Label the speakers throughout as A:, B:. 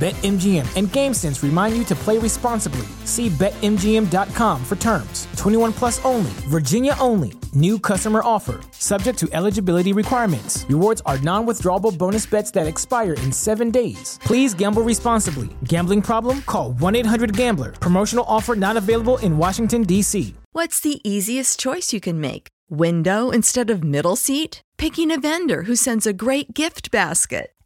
A: BetMGM and GameSense remind you to play responsibly. See BetMGM.com for terms. 21 plus only, Virginia only. New customer offer, subject to eligibility requirements. Rewards are non withdrawable bonus bets that expire in seven days. Please gamble responsibly. Gambling problem? Call 1 800 Gambler. Promotional offer not available in Washington, D.C.
B: What's the easiest choice you can make? Window instead of middle seat? Picking a vendor who sends a great gift basket?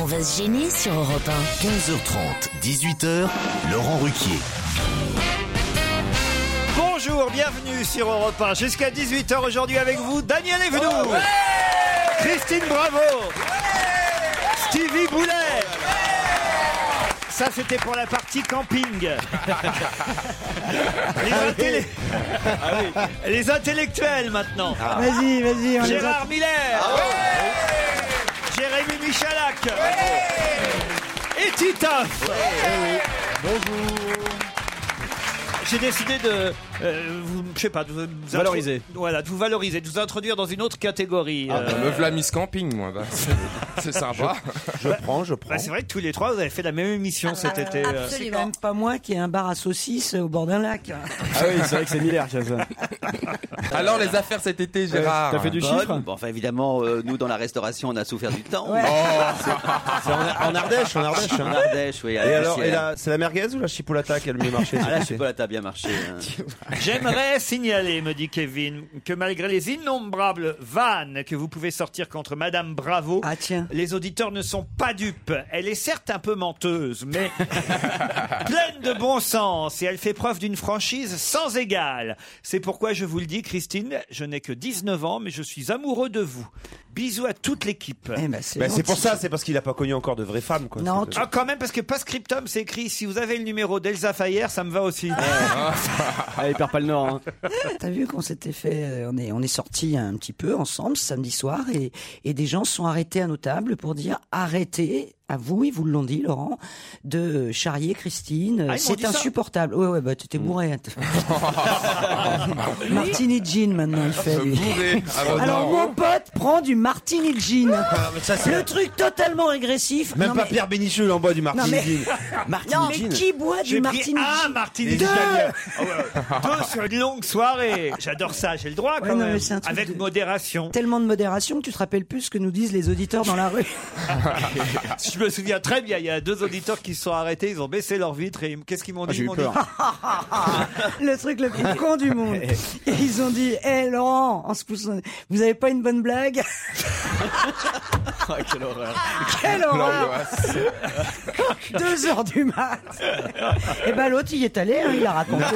C: On va se gêner sur Europe 1.
D: 15h30, 18h, Laurent Ruquier.
E: Bonjour, bienvenue sur Europe 1. Jusqu'à 18h aujourd'hui avec vous, Daniel Evenou, Christine Bravo, Stevie Boulet. Ça, c'était pour la partie camping.
F: Ah
E: les, intellé- Les intellectuels maintenant.
F: Ah Vas-y, vas-y, on les Ah
E: Gérard Miller. Jérémy Michalak. Et Titoff. J'ai décidé de, euh, vous, je sais pas, de vous, vous
G: Valoriser.
E: intro- Voilà, de vous valoriser, de vous introduire dans une autre catégorie.
H: Ah,
E: euh.
I: Me v'là Miss Camping, moi. bah, c'est- C'est sympa.
G: Je prends, je prends.
E: Bah, c'est vrai que tous les trois, vous avez fait la même émission
F: Ah,
E: cet été. euh.
F: C'est quand même pas moi qui ai un bar à saucisses au bord d'un lac.
H: Ah oui, c'est vrai que c'est Miller qui a ça.
G: Ah
I: Alors, les affaires cet été, Gérard.
H: T'as fait du
G: Bon,
H: chiffre
G: bon, enfin, évidemment, euh, nous, dans la restauration, on a souffert du temps.
F: Ouais.
G: C'est en, Ardèche, en Ardèche. En Ardèche, oui.
J: hein. Et alors, et là, c'est la merguez ou la chipolata qui a le mieux marché
G: Ah,
J: cet
G: là, je
J: été
G: sais pas, là, t'as bien marché. hein.
E: J'aimerais signaler, me dit Kevin, que malgré les innombrables vannes que vous pouvez sortir contre Madame Bravo,
F: Ah tiens.
E: les auditeurs ne sont pas dupes. Elle est certes un peu menteuse, mais pleine de bon sens et elle fait preuve d'une franchise sans égale. C'est pourquoi je vous le dis, Christine, je n'ai que 19 ans, mais je suis amoureux de vous. Bisous à toute l'équipe.
F: Eh ben, c'est
J: Bah, C'est
F: gentil.
J: pour ça, c'est parce qu'il a pas connu encore de vraies femmes. Quoi.
F: Non,
J: C'est-
F: tu-
E: Ah, quand même, parce que pas scriptum, c'est écrit si vous avez le numéro d'Elsa Fayer, ça me va aussi.
H: Ah, il perd pas le nord. hein.
F: T'as vu qu'on s'était fait, euh, on est, on est sorti un petit peu ensemble ce samedi soir et, et des gens se sont arrêtés à nos tables pour dire arrêtez, à vous, ils vous l'ont dit, Laurent, de charrier Christine. euh,
E: Ah, ils m'ont
F: c'est
E: dit ça
F: insupportable. Ouais, ouais, bah, t'étais bourré. martini jean maintenant, il fait. lui.
I: Bourré. Ah, bah,
F: Alors,
I: non.
F: mon pote prend du martini jean. Le truc totalement régressif.
J: Même
F: Non,
J: pas
F: mais-
J: Pierre Bénichou en boit du Martini.
F: mais-
J: Gin.
F: Martini non, mais qui boit
E: J'ai
F: du
E: pris
F: martini
E: un
F: gin
E: martini
J: Les
E: deux,
J: Italiens.
E: Oh, ouais, ouais. deux sur une longue soirée. J'adore ça, j'ai le droit quand
F: Ouais, non,
E: même.
F: mais c'est un truc
E: Avec
F: de-
E: modération.
F: Tellement de modération que tu te rappelles plus ce que nous disent les auditeurs dans la rue. Ah,
E: Je me souviens très bien, il y a deux auditeurs qui se sont arrêtés, ils ont baissé leur vitre et ils- qu'est-ce qu'ils
F: Ah,
E: m'ont dit
H: J'ai
E: Ils
H: eu
E: m'ont
H: peur.
E: dit,
F: le truc le plus con du monde. Et ils ont dit, hé Laurent, en se poussant, vous avez pas une bonne blague Quelle horreur
I: L'angoisse.
F: Deux heures du mat Et ben l'autre, il y est allé, hein, il a raconté.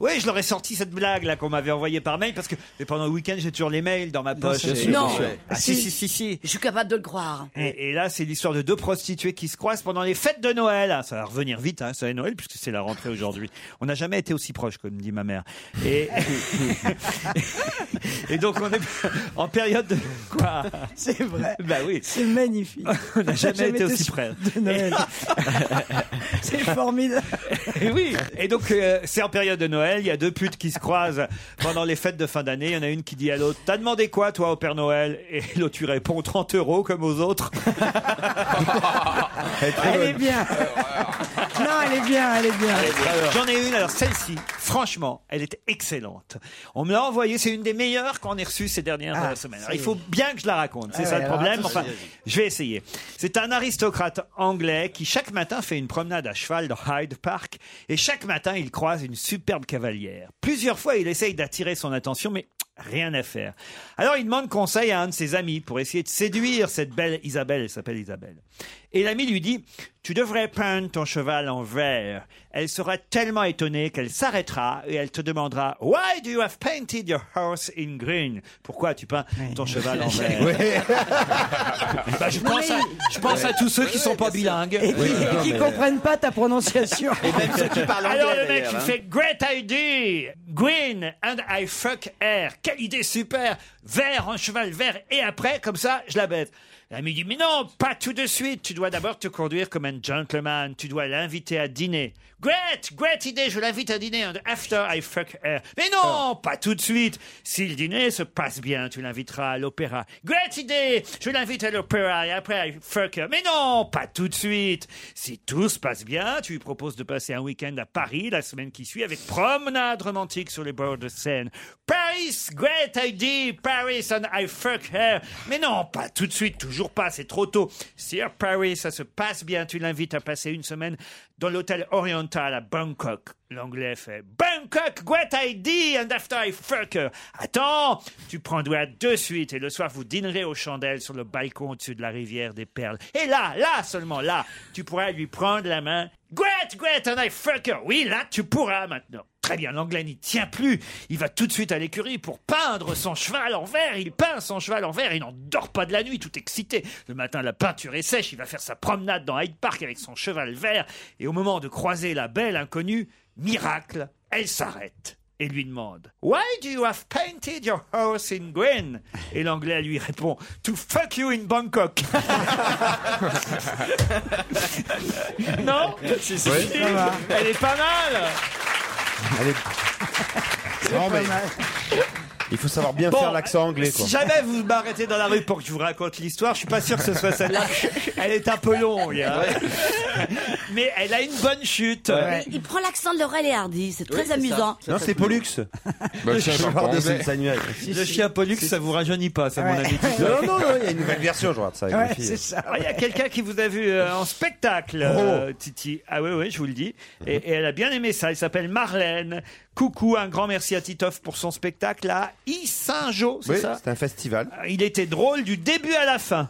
E: Oui, je leur ai sorti cette blague là qu'on m'avait envoyée par mail parce que mais pendant le week-end j'ai toujours les mails dans ma poche. Et-
I: Non.
E: Ah, si, si, si, si.
F: Je suis capable de le croire.
E: Et, et là, c'est l'histoire de deux prostituées qui se croisent pendant les fêtes de Noël. Ah, Ça va revenir vite, hein, ça Noël, puisque c'est la rentrée aujourd'hui. On n'a jamais été aussi proches, comme dit ma mère. Et, et donc, on est en période de quoi.
F: C'est vrai.
E: Bah oui.
F: C'est magnifique.
E: On n'a jamais, été aussi
F: sûr
E: près.
F: de Noël. C'est formidable.
E: Et Eh oui. Et donc, euh, c'est en période de Noël. Il y a deux putes qui se croisent pendant les fêtes de fin d'année. Il y en a une qui dit à l'autre T'as demandé quoi, toi, au Père Noël Et l'autre lui répond 30 euros, comme aux autres.
F: Elle est bien. Non, elle est bien, elle est bien.
E: J'en ai une, alors celle-ci, franchement, elle est excellente. On me l'a envoyée, c'est une des meilleures qu'on ait reçues ces dernières
K: Ah,
E: euh, semaines. Alors,
K: ça y
E: il faut
K: est.
E: bien que je la raconte, c'est
K: Ah
E: ça
K: ouais,
E: le
K: alors,
E: problème.
K: attention.
E: Enfin, je vais essayer. C'est un aristocrate anglais qui chaque matin fait une promenade à cheval dans Hyde Park et chaque matin il croise une superbe cavalière. Plusieurs fois il essaye d'attirer son attention mais rien à faire. Alors il demande conseil à un de ses amis pour essayer de séduire cette belle Isabelle, elle s'appelle Isabelle. Et l'ami lui dit Tu devrais peindre ton cheval en vert. Elle sera tellement étonnée qu'elle s'arrêtera et elle te demandera Why do you have painted your horse in green Pourquoi tu peins ton cheval en vert bah, je
F: Non,
E: pense,
F: mais-
E: à, je pense à tous ceux qui sont pas bilingues.
F: Et qui, et qui comprennent pas ta prononciation. Et même ceux qui parlent hein.
E: Alors le mec il fait Great idea, Green and I fuck air. Quelle idée super, vert en cheval vert et après comme ça je la bête. L'ami dit mais non pas tout de suite, tu dois d'abord te conduire comme un gentleman, tu dois l'inviter à dîner. Great, great idée, je l'invite à dîner and after I fuck air. Mais non
F: Ah.
E: pas tout de suite. Si le dîner se passe bien, tu l'inviteras à l'opéra. Great idée, je l'invite à l'opéra et après I fuck air. Mais non pas tout de suite. Si tout se passe bien, tu lui proposes de passer un week-end à Paris la semaine qui suit avec promenade romantique sur les bords de Seine. Paris, great idea, Paris and I fuck her. Mais non, pas tout de suite, toujours pas, c'est trop tôt. Si à Paris ça se passe bien, tu l'invites à passer une semaine dans l'hôtel Oriental à Bangkok. L'anglais fait Bangkok, great idea, and after I fuck her. Attends, tu prends doigt de suite et le soir vous dînerez aux chandelles sur le balcon au-dessus de la rivière des perles. Et là, là seulement, là, tu pourras lui prendre la main. Great, great, and I fucker. Oui, là, tu pourras maintenant. Très bien, l'anglais n'y tient plus. Il va tout de suite à l'écurie pour peindre son cheval en verre. Il peint son cheval en verre. Il n'en dort pas de la nuit, tout excité. Le matin, la peinture est sèche. Il va faire sa promenade dans Hyde Park avec son cheval vert. Et au moment de croiser la belle inconnue, miracle, elle s'arrête et lui demande Why do you have painted your horse in green? Et l'anglais lui répond To fuck you in Bangkok. non
K: Si, si, si.
E: Elle est pas mal.
J: Non, mais il faut savoir bien
E: Bon,
J: faire l'accent anglais. Quoi.
E: Si jamais vous m'arrêtez dans la rue pour que je vous raconte l'histoire, je suis pas sûr que ce soit celle-là. Elle est un peu longue. hein. Mais elle a une bonne chute.
C: Il prend l'accent de Laurel et Hardy, c'est très amusant.
J: Non, c'est Ah, Pollux.
I: Bah, je sais pas,
J: parle de
I: anglais.
J: Saint-Sanuel.
E: Le chien Pollux, ça vous rajeunit pas, ça, mon ami.
J: Non, non, non, il y a une nouvelle version, je regarde ça avec hein. ma fille.
E: Ah, Il y a quelqu'un qui vous a vu euh, en spectacle,
J: Oh.
E: euh, Titi. Ah oui, oui, je vous le dis.
J: Mhm.
E: Et, et elle a bien aimé ça. Elle s'appelle Marlène. Coucou, un grand merci à Titoff pour son spectacle à I Saint-Jean, c'est
J: Oui,
E: ça Ah,
J: c'est un festival.
E: Il était drôle du début à la fin.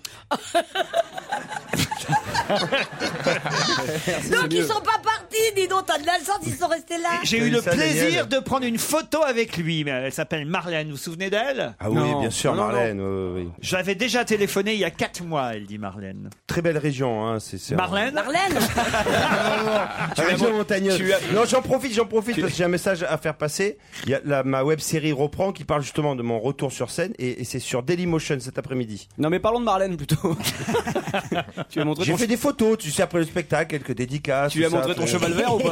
C: Donc ils sont pas partis, dis donc, t'as de la chance, ils sont restés là.
E: J'ai
J: T'as
E: eu
J: vu
E: le
J: ça,
E: plaisir
J: Daniel
E: de prendre une photo avec lui. Mais Elle s'appelle Marlène, vous vous souvenez d'elle
J: Ah oui,
H: Non.
J: bien sûr,
H: Non, non, non.
J: Marlène. oui, oui, oui.
E: Je l'avais déjà téléphoné il y a 4 mois, elle dit Marlène.
J: Très belle région. Hein, c'est, c'est un-
E: Marlène
C: Marlène
J: Ah, région montagneuse. Non, j'en profite, j'en profite parce que j'ai un message à faire passer. Il y a la- ma web série reprend qui parle justement de mon retour sur scène et, et c'est sur Dailymotion cet après-midi.
H: Non, mais parlons de Marlène plutôt. tu as montré
J: J'ai
H: ton,
J: fait des photos, tu sais, après le spectacle, quelques dédicaces.
H: tu lui as
J: tout ça,
H: montré ton
J: après-
H: cheval vert ou pas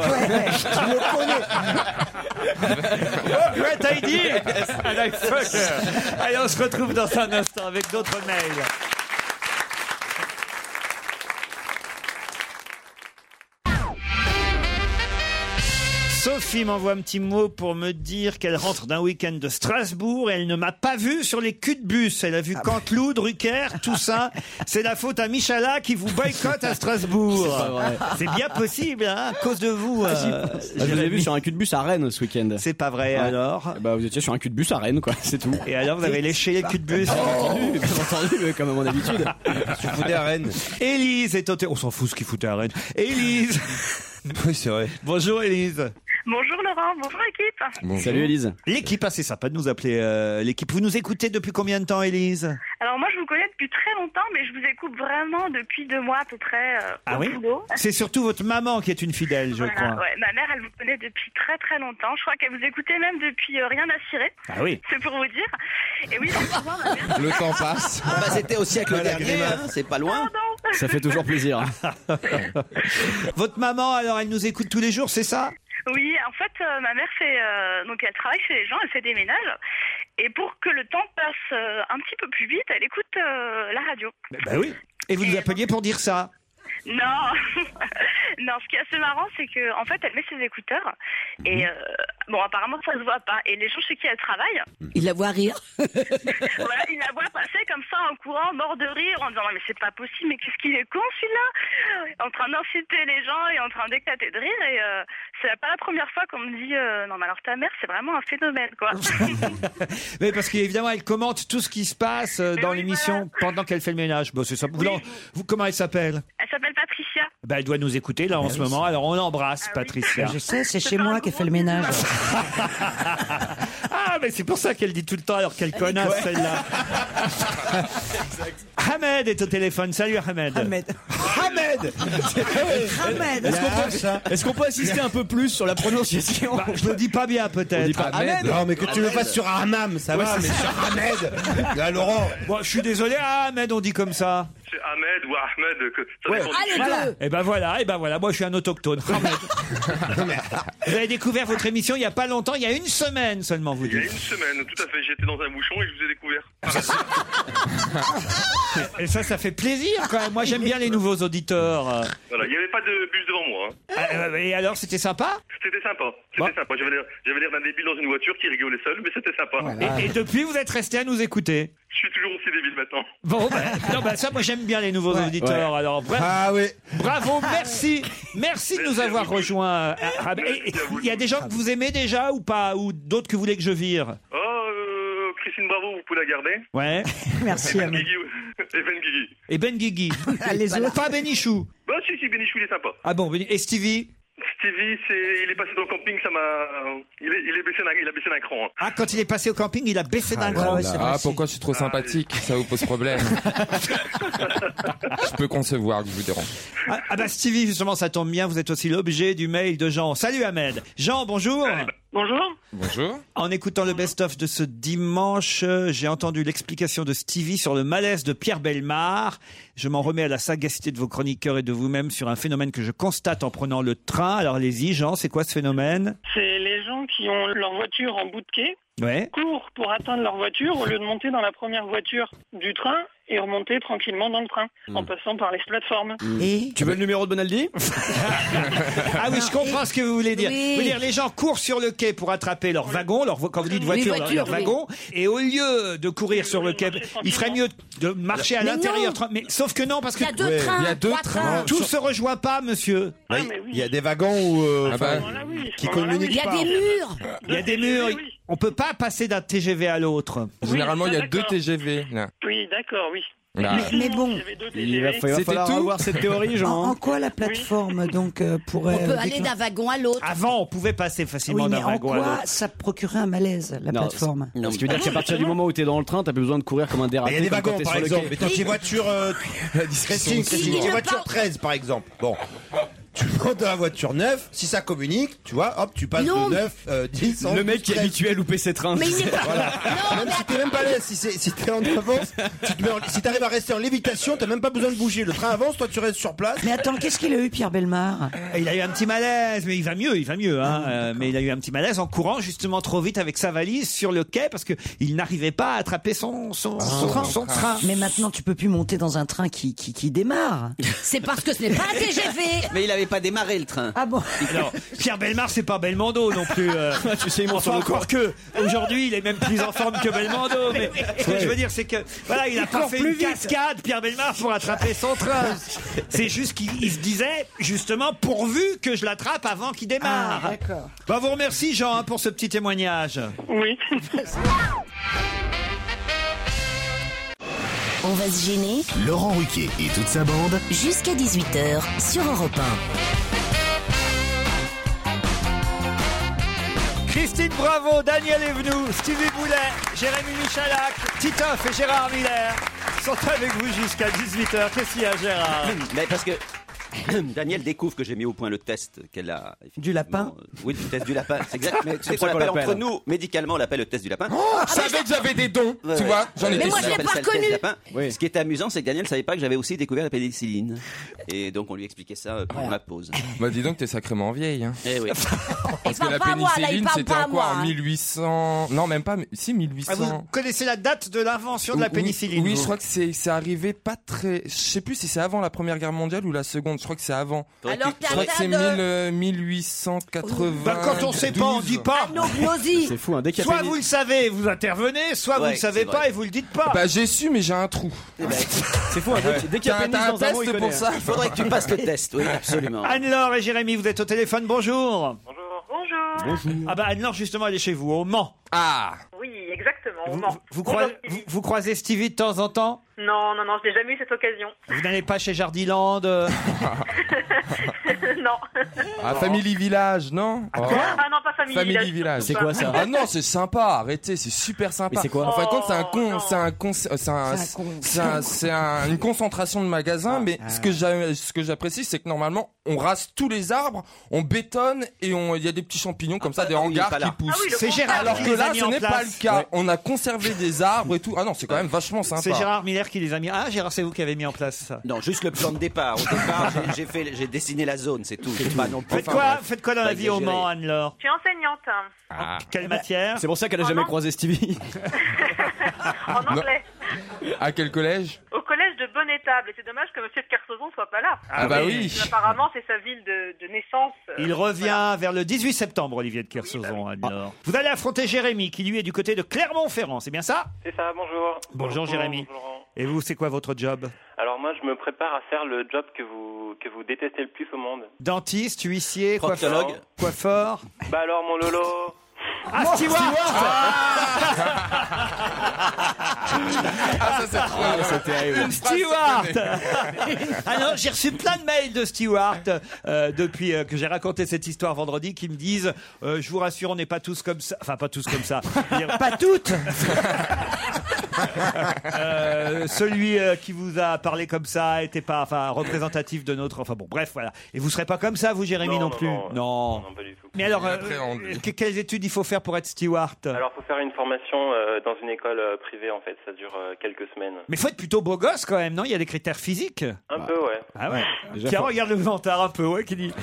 E: Great idea And I fuck her. Allez, on se retrouve dans un instant avec d'autres mails. Sophie m'envoie un petit mot pour me dire qu'elle rentre d'un week-end de Strasbourg et elle ne m'a pas vu sur les culs de bus. Elle a vu Canteloup, Drucker, tout ça. C'est la faute à Michala qui vous boycotte à Strasbourg. C'est bien possible, hein, à cause de vous. euh,
H: Ah, Je vous ai vu
E: Jérémy.
H: sur un cul de bus à Rennes ce week-end.
E: C'est pas vrai
H: Ouais.
E: alors.
H: Eh Bah, vous étiez sur un cul de bus à Rennes, quoi, c'est tout.
E: Et alors, vous avez léché les culs de bus.
H: Entendu, bien entendu, euh, comme à mon habitude.
J: Tu foutais à Rennes.
E: Élise est au thé- On s'en fout ce qu'il foutait à Rennes. Élise
J: Oui, c'est vrai.
E: Bonjour Élise
L: Bonjour Laurent, bonjour équipe.
I: Bonjour.
H: Salut Elise.
E: L'équipe, ah, c'est sympa de nous appeler euh, l'équipe. Vous nous écoutez depuis combien de temps Élise
K: Alors moi, je vous connais depuis très longtemps, mais je vous écoute vraiment depuis deux mois à peu près euh,
E: Ah
K: au
E: oui
K: boulot.
E: C'est surtout votre maman qui est une fidèle, je
K: Voilà,
E: crois.
K: ouais. Ma mère, elle vous connaît depuis très très longtemps. Je crois qu'elle vous écoutait même depuis euh, rien à cirer.
E: Ah oui.
K: C'est pour vous dire. Et oui, donc souvent, ma mère-
G: Le temps passe. bah, c'était au siècle dernier, hein, c'est pas loin.
E: Ça fait toujours plaisir. Votre maman, alors, elle nous écoute tous les jours, c'est ça
K: Oui, en fait, euh, ma mère fait euh, donc elle travaille chez les gens, elle fait des ménages, et pour que le temps passe euh, un petit peu plus vite, elle écoute euh, la radio.
E: Ben oui. Et vous nous appeliez pour dire ça
K: Non, non. Ce qui est assez marrant, c'est que en fait, elle met ses écouteurs, et euh, bon, apparemment, ça se voit pas. Et les gens chez qui elle travaille,
C: Il la voit rire.
K: voilà, ils la voient passer comme ça en courant, mort de rire, en disant mais c'est pas possible, mais qu'est-ce qu'il est con celui-là, en train d'insulter les gens et en train d'éclater de rire. Et euh, c'est pas la première fois qu'on me dit euh, non, mais alors ta mère, c'est vraiment un phénomène, quoi.
E: Mais parce qu'évidemment, elle commente tout ce qui se passe euh, dans l'émission pendant qu'elle fait le ménage. Bon, c'est ça. Vous, l'en- vous, comment elle s'appelle
K: Elle s'appelle Patricia. Ah
E: ben, Elle doit nous écouter là en ce moment. Alors on l'embrasse, Patricia.
F: Je sais, c'est chez moi qu'elle fait le ménage.
E: Ah, mais c'est pour ça qu'elle dit tout le temps alors qu'elle connasse
F: Ouais.
E: celle-là. Ahmed est au téléphone. Salut Ahmed. Ahmed.
H: Ahmed
E: Ahmed.
H: Est-ce qu'on peut- est-ce qu'on peut insister un peu plus sur la prononciation
E: Bah, Je le dis pas bien peut-être.
J: Non, mais que tu le fasses sur Hamam, ça
E: Ouais,
J: va, mais
E: c'est
J: sur Ahmed Là, Laurent
E: Bon, je suis désolé, Ahmed, on dit comme ça.
L: C'est Ahmed ou Ahmed que ça dépend du-
E: Et ben voilà, et ben voilà, moi je suis un autochtone. Ahmed. vous avez découvert votre émission il y a pas longtemps, il y a une semaine seulement, vous
L: Il y a
E: dites.
L: une semaine, tout à fait, j'étais dans un bouchon et je vous ai découvert.
E: Et ça, ça fait plaisir quand même. Moi j'aime bien les nouveaux auditeurs.
L: Voilà, il n'y avait pas de bus devant moi. hein.
E: Euh, Et alors, c'était sympa
L: C'était sympa, c'était sympa. J'avais l'air- j'avais l'air d'un débile dans une voiture qui rigolait seul, mais c'était sympa.
E: et, et depuis, vous êtes resté à nous écouter.
L: Je suis toujours aussi débile maintenant.
E: Bon, ben, non, ben, ça, moi j'aime bien les nouveaux auditeurs.
L: Ouais.
E: Alors, bref.
L: Ah
J: oui.
E: Bravo, merci, merci de nous avoir rejoints. euh, ah, ben, et- et Il y a des gens que vous aimez déjà ou pas, ou d'autres que vous voulez que je vire.
L: Oh, euh, Christine Bravo, vous pouvez la garder.
E: Ouais.
L: Et Ben Guigui. Et Ben Guigui.
E: Et Ben Guigui. Les autres. Pas Benichou.
L: Bah si, si, Benichou, il est sympa.
E: Ah bon, Beni- et Stevie
L: Stevie, c'est, il est passé dans le camping, ça m'a, il, est- il est baissé d'un, il a baissé d'un cran. hein.
E: Ah, quand il est passé au camping, il a baissé d'un cran.
I: Ah, pourquoi je suis trop sympathique Ça vous pose problème Je peux concevoir que je vous dérange.
E: Ah, ah bah Stevie, justement, ça tombe bien, vous êtes aussi l'objet du mail de Jean. Salut Ahmed. Jean, bonjour.
K: Bonjour.
I: Bonjour.
E: En écoutant le best-of de ce dimanche, euh, j'ai entendu l'explication de Stevie sur le malaise de Pierre Belmar. Je m'en remets à la sagacité de vos chroniqueurs et de vous-même sur un phénomène que je constate en prenant le train. Alors allez-y, Jean, c'est quoi ce phénomène
M: C'est les gens qui ont leur voiture en bout de quai,
E: Ouais.
M: courent pour atteindre leur voiture au lieu de monter dans la première voiture du train et remonter tranquillement dans le train
E: Mm.
M: en passant par les plateformes.
H: Tu veux le numéro de Bonaldi
E: Ah oui, je comprends ce que vous voulez dire.
H: Oui.
E: Vous voulez dire les gens courent sur le quai pour attraper leur wagon, leur vo- quand vous dites
H: Les
E: voiture, leur- leur,
H: voitures, oui.
E: wagon, et au lieu de courir sur le quai, il ferait mieux de marcher à
H: Mais
E: l'intérieur.
H: non.
E: tra- Mais sauf que non, parce que
H: Il y a deux Ouais. trains, Il y a deux trois trains. trains. Ah,
E: Tout se rejoint pas, monsieur.
J: Il y a des wagons où, euh,
E: Ah, bah.
J: enfin, qui communiquent
C: Il y a
J: pas.
C: des murs.
E: Il y a des murs. On peut pas passer d'un TGV à l'autre.
I: Généralement, il y a
M: d'accord.
I: deux TGV. Là.
M: Oui, d'accord, oui.
I: Là.
F: Mais bon,
I: Il va falloir- C'était falloir tout avoir cette théorie, Jean.
F: En, en quoi la plateforme donc euh, pourrait
C: On
F: euh,
C: peut aller
F: déclencher-
C: d'un wagon à l'autre.
E: Avant, on pouvait passer facilement
F: Oui, mais
E: d'un
F: en
E: wagon à
F: quoi
E: l'autre.
F: ça procurerait un malaise la plateforme Ah,
H: Non, ce qui veut dire qu'à partir du moment où t'es dans le train, t'as plus besoin de courir comme un dérapé.
J: Il y a des
H: comme quand
J: wagons,
H: t'es
J: par
H: sur le
J: exemple.
H: quai.
J: Mais quand t'es voiture. euh, Christine,
H: aussi.
J: Christine,
H: Il
J: t'es
H: ne
J: voiture 13, par exemple. Bon. Tu prends dans la voiture 9, si ça communique, tu vois, hop, tu passes
H: Non.
J: de 9, euh, 10,
H: Le mec qui est habitué à louper ses trains.
J: Mais il est pas- même si t'es même pas à l'aise, si, c'est- si t'es en avance, tu te mets en- si t'arrives à rester en lévitation, t'as même pas besoin de bouger. Le train avance, toi tu restes sur place.
F: Mais attends, qu'est-ce qu'il a eu Pierre Belmar
E: Il a eu un petit malaise, mais il va mieux, il va mieux.
H: Ah
E: Hein. Euh, mais il a eu un petit malaise en courant justement trop vite avec sa valise sur le quai parce que il n'arrivait pas à attraper son Ah, son,
H: Ah,
E: son, son train.
F: Mais maintenant, tu peux plus monter dans un train qui, qui, qui démarre.
C: C'est parce que ce n'est pas un TGV.
G: Mais il avait pas démarré le train.
F: Ah bon
E: Alors, Pierre Belmar, c'est pas Belmondo non plus. euh.
H: Ah, Tu sais, il monte
E: Enfin,
H: sur le
E: encore que aujourd'hui, il est même plus en forme que Belmondo. Mais ce que je veux dire, c'est que voilà, il a
H: Il
E: pas
H: court
E: fait
H: plus
E: une
H: vite.
E: cascade, Pierre Belmar, pour attraper son train. C'est juste qu'il il se disait, justement, pourvu que je l'attrape avant qu'il démarre.
F: Ah, d'accord.
E: Bah, vous remercie, Jean, hein, pour ce petit témoignage.
M: Oui.
D: On va se gêner. Laurent Ruquier et toute sa bande.
N: Jusqu'à 18h sur Europe
E: Christine Bravo, Daniel Evenou, Stevie Boulet, Jérémy Michalak, Titoff et Gérard Miller sont avec vous jusqu'à 18h. Qu'est-ce qu'il y a, Gérard
O: Hum, Mais parce que hum, Daniel découvre que j'ai mis au point le test qu'elle a.
F: Du lapin
H: euh,
O: Oui, le test du lapin. C'est exact. mais
F: C'est
O: C'est
F: pour
O: qu'on
F: ça qu'on
O: l'appelle
F: l'appelle.
O: entre nous, médicalement, on l'appelle le test du lapin. Ah,
I: je savais que j'avais des dons,
O: Ouais,
I: tu
O: ouais.
I: vois. J'en ai
O: Mais
I: plus.
O: moi, je l'ai pas reconnu. Ce qui est amusant, c'est que Daniel ne savait pas que j'avais aussi découvert la pénicilline. Et donc, on lui expliquait ça euh, pendant la pause.
I: Bah dis donc, t'es sacrément vieille. Hein.
O: Eh oui.
I: Parce que
O: parle
I: la
O: pas à moi, là,
I: pénicilline,
O: il parle
I: c'était
O: pas à
I: encore
O: moi,
I: en
O: hein.
I: 1800. Non, même pas. mais- Si, 1800.
E: Ah, Vous connaissez la date de l'invention de
I: Oui,
E: la pénicilline
I: Oui, je
E: vous
I: crois que c'est c'est arrivé pas très. Je sais plus si c'est avant la Première Guerre mondiale ou la Seconde. Je crois que c'est avant.
C: Alors
I: je crois que
C: t'as
I: c'est
C: un
I: mille,
C: tas de-
I: euh, 1880.
E: Bah, quand on sait pas, on dit pas.
C: Anognosie.
I: C'est fou, hein, dès qu'il y a
E: Soit
I: pénis-
E: vous le savez, vous intervenez, soit vous
I: Ouais,
E: le savez
I: c'est vrai.
E: pas et vous le dites pas. Eh ben,
I: Bah j'ai su, mais j'ai un trou.
H: C'est fou, hein, dès- dès qu'il y a pénis dans un mot, il connaît, hein.
O: test, oui, absolument.
E: Anne-Laure et Jérémy, vous êtes au téléphone, bonjour.
K: Bonjour.
E: Ah bah Anne-Laure, justement, elle est chez vous, au Mans. Ah
K: Oui, exactement. au
E: Vous,
K: Mans.
E: vous croisez, vous, vous croisez Stevie de temps en temps
K: Non, non, non, je n'ai jamais eu cette occasion.
E: Vous n'allez pas chez Jardiland euh
K: non.
I: Ah, Family Village, non Oh.
K: Ah non, pas Family Village, surtout pas.
I: Ah non, c'est sympa, arrêtez, c'est super sympa.
H: Mais c'est quoi
I: En fin de compte, c'est un con, c'est un con, c'est un,
H: C'est un con.
I: c'est un- c'est un- une concentration de magasins, mais ce que j'a- ce que j'apprécie, c'est que normalement, on rase tous les arbres, on bétonne et on, il y a des petits champignons comme ça, des hangars
O: pas là.
I: qui poussent.
O: Ah oui, le C'est
E: Gérard
I: Alors
E: qui
I: que
E: les a
I: là,
E: mis
I: ce
E: en
I: n'est pas
E: place.
I: le cas.
E: Ouais.
I: On a conservé des arbres et tout. Ah non, c'est quand même vachement sympa.
E: C'est Gérard Miller qui les a mis. Ah, Gérard, c'est vous qui avez mis en place ça.
O: Non, juste le plan de départ. Au départ, j'ai- j'ai fait- j'ai dessiné la zone, c'est tout. Pas non plus.
E: Faites
O: Enfin,
E: quoi,
O: bref.
E: faites quoi dans
O: Pas
E: la vie au
O: exagérer.
E: Mans, Anne-Laure
K: Je suis enseignante hein,
E: Quelle matière
H: C'est pour ça qu'elle a jamais croisé Stevie.
K: en
I: Non.
K: anglais
I: À quel collège
K: au collège de Bonne Étable. Et c'est dommage que Monsieur de Kersauzon soit pas là.
I: Ah bah oui.
K: Parce que Apparemment, c'est sa ville de, de naissance. euh,
E: Il revient vers le 18 septembre, Olivier de Kersauzon, Anne-Laure.
O: Ah.
E: Vous allez affronter Jérémy, qui lui est du côté de Clermont-Ferrand, c'est bien ça
L: C'est ça, bonjour.
E: Bonjour Jérémy.
L: bonjour, Laurent.
E: Et vous, c'est quoi votre job
L: Alors moi, je me prépare à faire le job que vous, que vous détestez le plus au monde.
E: Dentiste, huissier,
L: Proctologue.
E: coiffeur, coiffeur
L: Bah alors, mon Lolo
E: Ah, Stewart
I: Ah, ça, c'est trop.
H: c'est terrible.
E: Stewart Ah non, j'ai reçu plein de mails de Stewart euh, depuis euh, que j'ai raconté cette histoire vendredi qui me disent euh, Je vous rassure, on n'est pas tous comme ça. Enfin, pas tous comme ça.
F: Pas toutes
E: Euh, celui euh, qui vous a parlé comme ça était pas enfin, représentatif de notre. Enfin bon, bref, voilà. Et vous serez pas comme ça, vous, Jérémy, non, plus Non. Mais alors, euh, euh, que- quelles études il faut faire pour être Stewart
L: Alors, faut faire une formation euh, dans une école euh, privée, en fait. Ça dure euh, quelques semaines.
E: Mais faut être plutôt beau gosse quand même, non Il y a des critères physiques
L: Un peu, ouais.
E: Ah ouais.
L: Déjà,
E: Tiens,
L: faut-
E: regarde le ventard un peu, ouais, qui dit.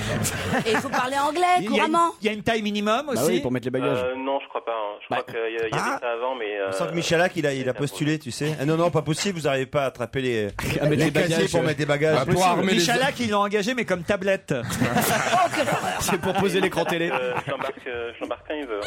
C: Et il faut parler anglais
E: Il y a une-
C: Eh, couramment.
E: Il y a une taille minimum aussi.
L: Euh, Non, je crois pas. hein. Je
E: Bah,
L: crois qu'il y, a- il y
E: ah.
L: avait ça avant, mais... euh,
J: Je sens que Michalak, il a, il a postulé, tu sais. Ah non, non, pas possible, vous n'arrivez pas à attraper les,
H: À mettre
J: les
H: les
J: casiers
H: bagages,
J: pour
H: euh,
J: mettre des bagages.
H: bah, pour armer les-
E: Michalak, ils l'ont engagé, mais comme tablette.
P: Oh,
H: C'est pour poser l'écran télé.
L: euh, je l'embarque, euh, je l'embarque quand il veut.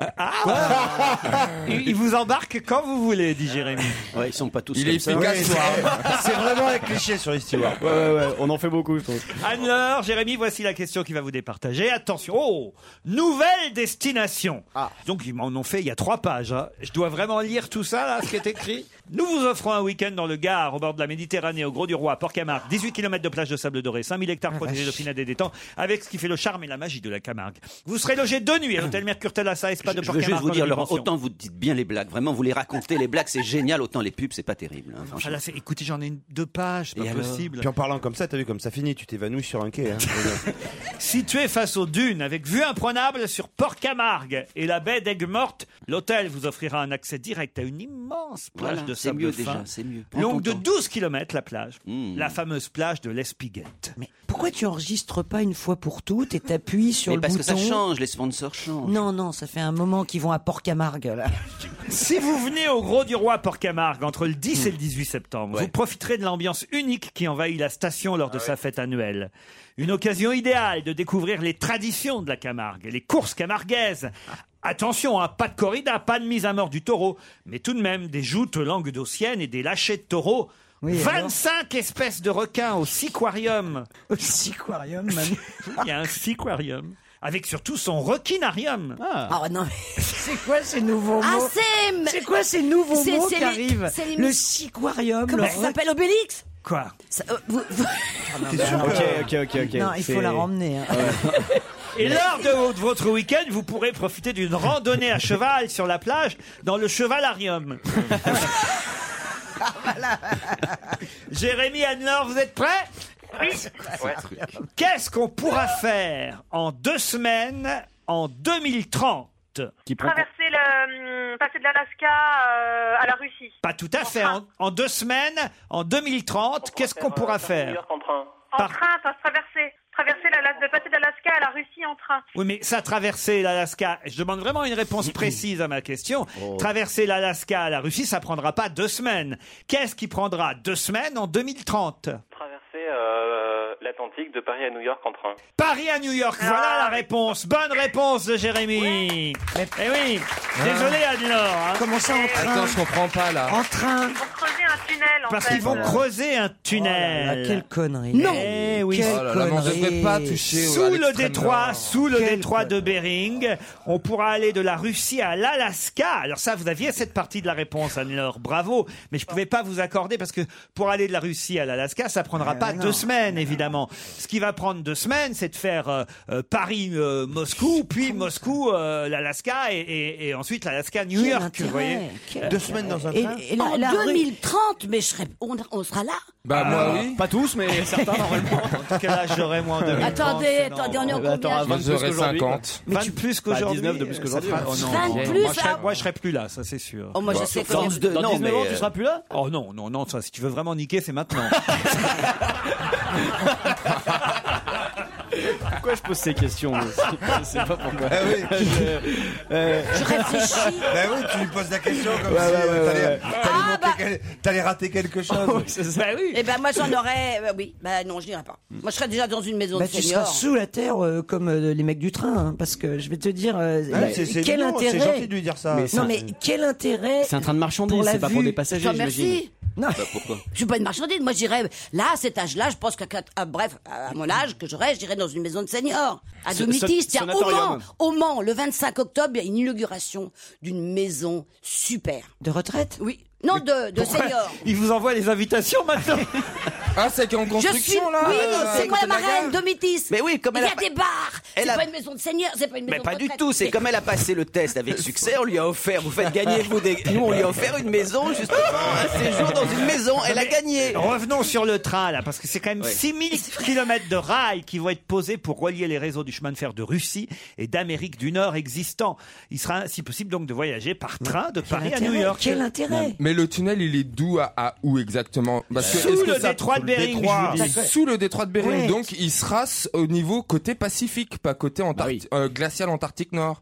E: Ah.
P: Ah.
E: il, il vous embarque quand vous voulez, dit Jérémy.
O: Ouais, ils sont pas tous
E: Il
O: comme
E: est
O: ça.
E: efficace,
O: Ouais,
J: C'est vraiment un cliché sur les stewards.
H: Ouais, ouais, ouais, on en fait beaucoup, je trouve.
E: Alors, Jérémy, voici la question qui va vous départager. Attention. Oh Nouvelle destination.
O: Ah.
E: Donc, ils m'en ont fait, il y a trois pages. hein. Je dois vraiment lire tout ça, là, ce qui est écrit. Nous vous offrons un week-end dans le Gard, au bord de la Méditerranée, au Gros du Roi, à Port-Camargue, 18 km de plage de sable doré, 5000 hectares
O: Ah,
E: protégés de pinades et d'étangs, avec ce qui fait le charme et la magie de la Camargue. Vous serez logé deux nuits à l'hôtel Mercure Thalassa, Spa de
O: Je veux
E: Port-Camargue.
O: juste vous
E: dans
O: dire,
E: la
O: Laurent,
E: dimension.
O: autant vous dites bien les blagues, vraiment, vous les racontez, les blagues, c'est génial, autant les pubs, c'est pas terrible. hein,
E: Ah
O: franchement.
E: là, c'est- écoutez, j'en ai une- deux pages, Ah, c'est
O: Et
E: pas
O: alors
E: possible.
J: Puis en parlant comme ça, t'as vu comme ça finit, tu t'évanouis sur un quai. Hein.
E: Situé face aux dunes, avec vue imprenable sur Port-Camargue et la baie d'Aigues-Mortes, l'hôtel vous offrira un accès direct à une immense plage
O: Voilà,
E: de
O: c'est
E: sable
O: mieux
E: fin,
O: déjà, c'est mieux. Prends
E: Longue
O: ton
E: de
O: temps. Hmm.
E: 12 km la plage, la fameuse plage de l'Espiguette. Mais
F: Pourquoi tu enregistres pas une fois pour toutes et t'appuies sur
O: Mais
F: le
O: parce
F: bouton
O: que ça change, les sponsors changent.
F: Non, non, ça fait un moment qu'ils vont à Port-Camargue, là.
E: Si vous venez au Gros du Roi Port-Camargue entre le 10 et le 18 septembre, vous profiterez de l'ambiance unique qui envahit la station lors
F: Ah
E: de sa fête annuelle. Une occasion idéale de découvrir les traditions de la Camargue, les courses camarguaises.
F: Ah.
E: Attention, hein, pas de corrida, pas de mise à mort du taureau, mais tout de même des joutes languedociennes et des lâchers de taureaux. 25 espèces de requins au siquarium.
F: Au siquarium, même.
E: Il y a un siquarium. Avec surtout son requinarium.
F: Ah ouais, non, mais c'est quoi ces nouveaux
C: Ah,
F: mots
C: c'est-
F: C'est quoi ces nouveaux
C: C'est-
F: mots
C: c'est
F: qui
C: les-
F: arrivent
C: c'est les-
F: Le siquarium,
C: Comment
F: le
C: ça s'appelle Obélix
E: Quoi
C: Ça, euh, vous- vous-
E: Ah bah
H: Ok, ok, ok, ok.
F: Non, il faut
H: C'est- Ah Euh,
F: la remmener. hein.
E: Et lors de, de votre week-end, vous pourrez profiter d'une randonnée à cheval sur la plage dans le chevalarium.
H: Ah,
E: Jérémy, Anne-Laure, vous êtes prêts Qu'est-ce qu'on pourra faire en deux semaines en 2030
K: Traverser le. hum, passer de l'Alaska euh, à la Russie.
E: Pas tout à fait. En, en deux semaines, en 2030, qu'est-ce qu'on pourra faire
K: En train, enfin, se traverser. Traverser l'Alaska, de passer de l'Alaska à la Russie en train.
E: Oui, mais ça, traverser l'Alaska, je demande vraiment une réponse précise à ma question. Traverser l'Alaska à la Russie, ça prendra pas deux semaines. Qu'est-ce qui prendra deux semaines en 2030
P: Traverser euh, l'Atlantique de Paris à New York en train.
E: Paris à New York, voilà la réponse. Bonne réponse de Jérémy. Eh oui,
P: Ah.
E: désolé Anne-Laure. Comment ça en
I: Attends, je comprends pas là.
E: En train
K: Creuser un tunnel en
E: Parce
K: fait. euh.
E: qu'ils vont creuser
C: Oh
E: un tunnel.
F: Ah, quelle connerie.
E: Non
F: Eh
E: oui.
F: Quelle connerie.
E: Sous le détroit, sous le détroit de Bering, on pourra aller de la Russie à l'Alaska. Alors ça, vous aviez cette partie de la réponse, Anne-Laure. Bravo. Mais je pouvais pas vous accorder parce que pour aller de la Russie à l'Alaska, ça
C: Ah
E: prendra pas deux semaines, évidemment. Ce qui va prendre deux semaines, c'est de faire euh, euh, Paris-Moscou, puis Moscou, euh, l'Alaska, et, et- et ensuite l'Alaska-New
C: Quel
E: York. Vous
C: intérêt,
E: voyez,
C: quel intérêt.
E: Et-
C: Et- et la-
E: en
C: la
E: deux-
C: rue- 2030, mais je serai- on, on sera là.
I: Bah, moi, oui.
H: Ah, Pas tous, mais certains, normalement.
E: En tout cas, là, j'aurai moins de.
C: Attendez, attendez, on est au combien
E: Eh ben, Attends,
C: Jean-
E: à 20 plus qu'aujourd'hui, quoi. 20
H: bah,
E: plus qu'aujourd'hui.
G: 19 de plus
E: ça
G: qu'aujourd'hui.
E: fera- oh non,
C: 20
E: non,
C: plus,
E: moi, je serais,
C: ah.
E: moi, je serais plus là, ça c'est sûr.
C: Oh, moi, je Bah, sais dans- que- dans
E: non,
C: 19 ans, tu seras
E: plus là Oh non, non, non, ça, si tu veux vraiment niquer, c'est maintenant.
H: Pourquoi je pose ces questions moi Je sais euh, pas pourquoi.
G: Ah oui.
H: Je- euh,
G: Bah
J: Ben
G: oui, tu lui poses la question comme
H: Ouais,
G: si
H: ouais,
G: euh,
H: ouais,
G: t'allais-
H: ouais.
G: t'allais manquer quel- t'allais rater quelque chose.
C: Eh ben moi j'en aurais, bah oui, bah non je n'irai pas. Moi je serais déjà dans une maison
F: Bah,
C: de
F: tu seras
C: seniors.
F: sous la terre euh, comme euh, les mecs du train, hein, parce que je vais te dire euh,
J: Ah,
F: bah,
J: c'est- c'est
F: quel
J: mignon, c'est
F: intérêt.
J: gentil de lui dire ça.
F: Mais
J: Mais
F: non
J: c'est-
F: mais quel intérêt.
H: C'est un train de marchandise,
F: pour la
H: c'est pas pour
F: vue.
H: des passagers,
C: Enfin, merci.
F: Non.
G: pourquoi
C: Je suis pas une marchandise, moi j'irais là à cet âge-là, je pense qu'à quatre- à- bref, à à mon âge que j'aurais, j'irais dans une maison de seniors. À
Q: Ce-
C: Domitis,
Q: ce-
C: tiens, au Mans,
Q: sanatorium.
C: au Mans, le 25 octobre, il y a une inauguration d'une maison super.
F: De retraite
C: Oui. Non, de, de seniors.
E: Il vous envoie les invitations maintenant.
I: ah, c'est qu'en
C: Je suis.
I: construction là
C: oui,
I: euh,
C: c'est moi
I: à côté
C: la
I: de gare
C: marraine, Domitis. Mais oui,
O: comme
C: il
O: elle
C: y
O: a
C: a
O: pas-
C: des bars. C'est
O: elle a-
C: pas une maison de seigneur, c'est pas une maison
O: Mais pas
C: de
O: du
C: retraite.
O: tout, c'est
C: Mais-
O: comme elle a passé le test avec succès, on lui a offert, vous faites gagner vous des... Nous, on lui a offert une maison, justement, un séjour dans une maison, elle a
E: Mais
O: gagné.
E: Revenons sur le train, là, parce que c'est quand même 6000 km de rails qui vont être posés pour relier les réseaux du chemin de fer de Russie et d'Amérique du Nord existants. Il sera, si possible, donc de voyager par train de Paris à
F: intérêt,
E: New York.
F: quel intérêt
I: Mais le tunnel, il est d'où à, à où exactement Parce
E: Sous
I: est-ce
E: le détroit de Bering, je vous dis.
I: D'accord. Sous le détroit de Bering.
E: Ouais.
I: Donc, il sera s- au niveau côté Pacifique, pas côté
H: Bah
I: Antarcti- euh, glacial Antarctique Nord.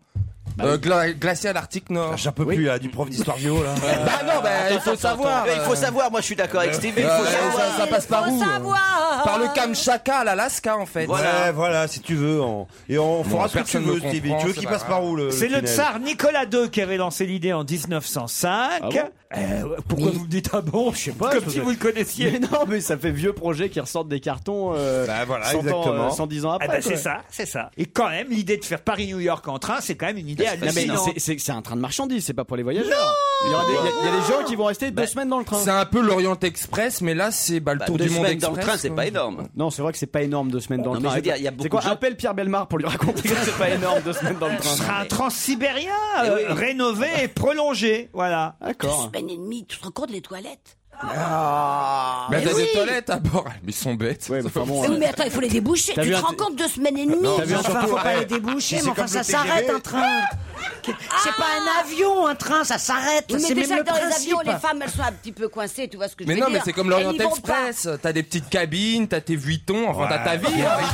I: Euh, gla- glacial Arctique Nord.
G: J'en peux plus là, du prof d'histoire géo là.
I: Ah non, bah, il faut savoir.
O: Mais il faut savoir, moi je suis d'accord avec Stevie, il faut
I: Euh,
O: savoir.
I: ça, ça passe par où euh
C: savoir.
I: Par le Kamchatka à l'Alaska en fait.
J: hein Ouais, voilà, si tu veux. on- Et on
I: Bon,
J: fera ce que tu
I: personne
J: veux,
I: me comprend,
J: Stevie. Tu veux
I: c'est
J: qu'il
I: pas
J: passe par
I: grave.
J: où le
E: C'est le
J: tunnel
E: tsar Nicolas II qui avait lancé l'idée en 1905.
J: Ah
E: Euh, pourquoi vous me dites ah bon Je sais pas. Comme si vous le connaissiez.
H: Mais non, mais ça fait vieux projet qui ressortent des cartons. euh,
O: Bah,
H: 100 ans, euh, 110 ans après.
E: Ah bah, c'est
H: quoi.
E: ça, c'est ça. Et quand même, l'idée de faire Paris-New York en train, c'est quand même une idée
H: Non, mais
E: hallucinante.
H: Bah, c'est- c'est c'est un train de marchandises, c'est pas pour les voyageurs. il y aura des- il y a- il y, a des gens qui vont rester deux semaines dans le train.
I: Bah, C'est un peu l'Orient Express, mais là c'est bah, le
H: Bah,
I: tour
H: deux
I: du monde
H: semaines
I: Express.
H: dans le train, c'est
I: quoi.
H: pas énorme. Non, c'est vrai que c'est pas énorme deux
O: Bah,
H: semaines dans
I: Non,
H: le
I: mais
H: train.
I: je veux dire, il y a
H: C'est
I: beaucoup
H: quoi
I: de gens-
H: Appelle Pierre Belmar pour lui raconter que c'est pas énorme deux semaines dans le train.
E: Ce sera un transsibérien euh,
H: Eh oui.
E: rénové et prolongé. Voilà.
C: Deux semaines et demie, tu te rends compte les toilettes
I: Bah,
C: Mais
I: t'as
C: oui.
I: des toilettes à bord. Mais ils sont bêtes.
C: Mais
O: euh,
C: oui, mais attends, il faut les déboucher.
I: T'as
C: Tu
I: vu
C: te
I: un- Euh,
C: rends compte deux semaines et demie
I: Non, t'as vu un
C: Enfin,
I: surtout,
C: faut pas
I: ouais.
C: les déboucher,
I: Si
C: mais
I: c'est
C: enfin
I: comme
C: ça
I: le
C: s'arrête
I: TGV.
C: un train. C'est pas un avion, un train, Ah ça s'arrête.
F: C'est
C: Mais
F: même
C: déjà
F: le
C: que dans les
F: principe.
C: avions, les femmes, elles sont un petit peu coincées, tu vois ce que je
I: Mais
C: veux
I: non,
C: dire
I: mais c'est comme
C: Elles
I: l'Orient
C: n'y vont pas.
I: Express. T'as des petites cabines, t'as tes vuittons, enfin t'as ta vie. hein, et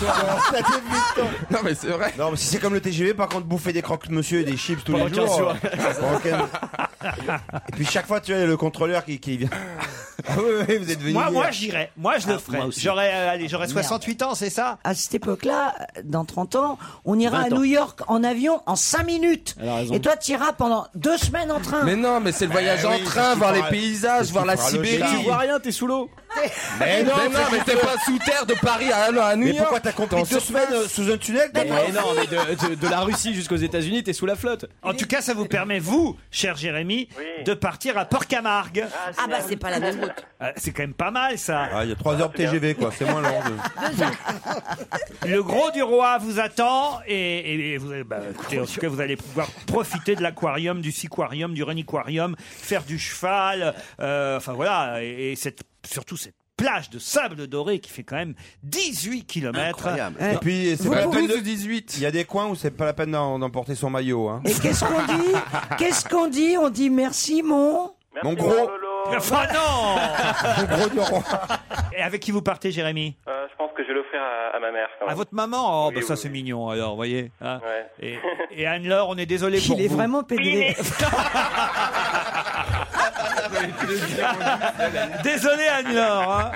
I: toi. Non mais c'est vrai.
J: Non mais si c'est comme le TGV, par contre bouffer des croque monsieur et des chips tous les
H: Pendant 15
J: jours.
H: jours.
J: euh, pendant 15 et puis chaque fois tu as le contrôleur qui, qui vient. Ah oui, oui, vous êtes venu.
E: Moi, moi, j'irai. Moi, je le ferai. J'aurais, euh, allez, j'aurais
F: Ah,
E: 68 ans, c'est ça
F: À cette époque-là, dans 30 ans, on ira
E: 20
F: à
E: ans.
F: New York en avion en 5 minutes.
I: Elle a raison.
F: Et toi, tu iras pendant deux semaines en train.
I: Mais non, mais c'est le
F: Bah
I: voyage
F: oui,
I: en
F: parce
I: train,
F: qu'il
I: voir les
F: fera- parce
I: paysages,
F: qu'il
I: voir la
F: fera le
I: Sibérie.
F: Gérard.
H: Tu vois rien, t'es sous l'eau.
I: Mais non, mais,
H: non, mais
I: t'es pas sous terre de Paris à, à New
H: Mais
I: York.
H: pourquoi t'as compris
I: T'es en
H: deux
I: surface.
H: semaines, euh,
J: sous un tunnel
H: Mais non, mais de, de- de la Russie jusqu'aux États-Unis, t'es sous la flotte.
E: En tout cas, ça vous permet, vous, cher Jérémy, de partir à Port-Camargue.
C: Ah bah c'est pas la même route.
E: Euh, c'est quand même pas mal ça.
J: Ah, Il y a 3 heures de TGV, quoi. C'est moins long.
E: Le gros du roi vous attend et, et- et vous, allez- bah, écoutez, en tout cas, vous allez pouvoir profiter de l'aquarium, du siquarium, du reniquarium, faire du cheval, euh, enfin voilà, et, et cette, surtout cette plage de sable doré qui fait quand même 18 kilomètres.
J: Et puis, Eh, c'est
E: Eh, Vous
J: pas la
E: pouvez
J: peine de
E: vous-
J: 18. Il y a des coins où c'est pas la peine d'en- d'emporter son maillot. Hein.
F: Et qu'est-ce qu'on dit Qu'est-ce qu'on dit On dit merci mon.
J: Mon gros.
E: Enfin non
J: Mon gros du roi.
E: Et avec qui vous partez, Jérémy
P: Euh, je pense que je vais l'offrir à, à ma mère. quand
E: À
P: même.
E: votre maman Oh,
P: Ah Oui,
E: bah, ça
P: oui,
E: c'est mignon alors, vous voyez. hein.
P: Ouais.
E: Et, et Anne-Laure, on est désolé pour vous.
F: pédé.
E: Désolé Anne-Laure. hein.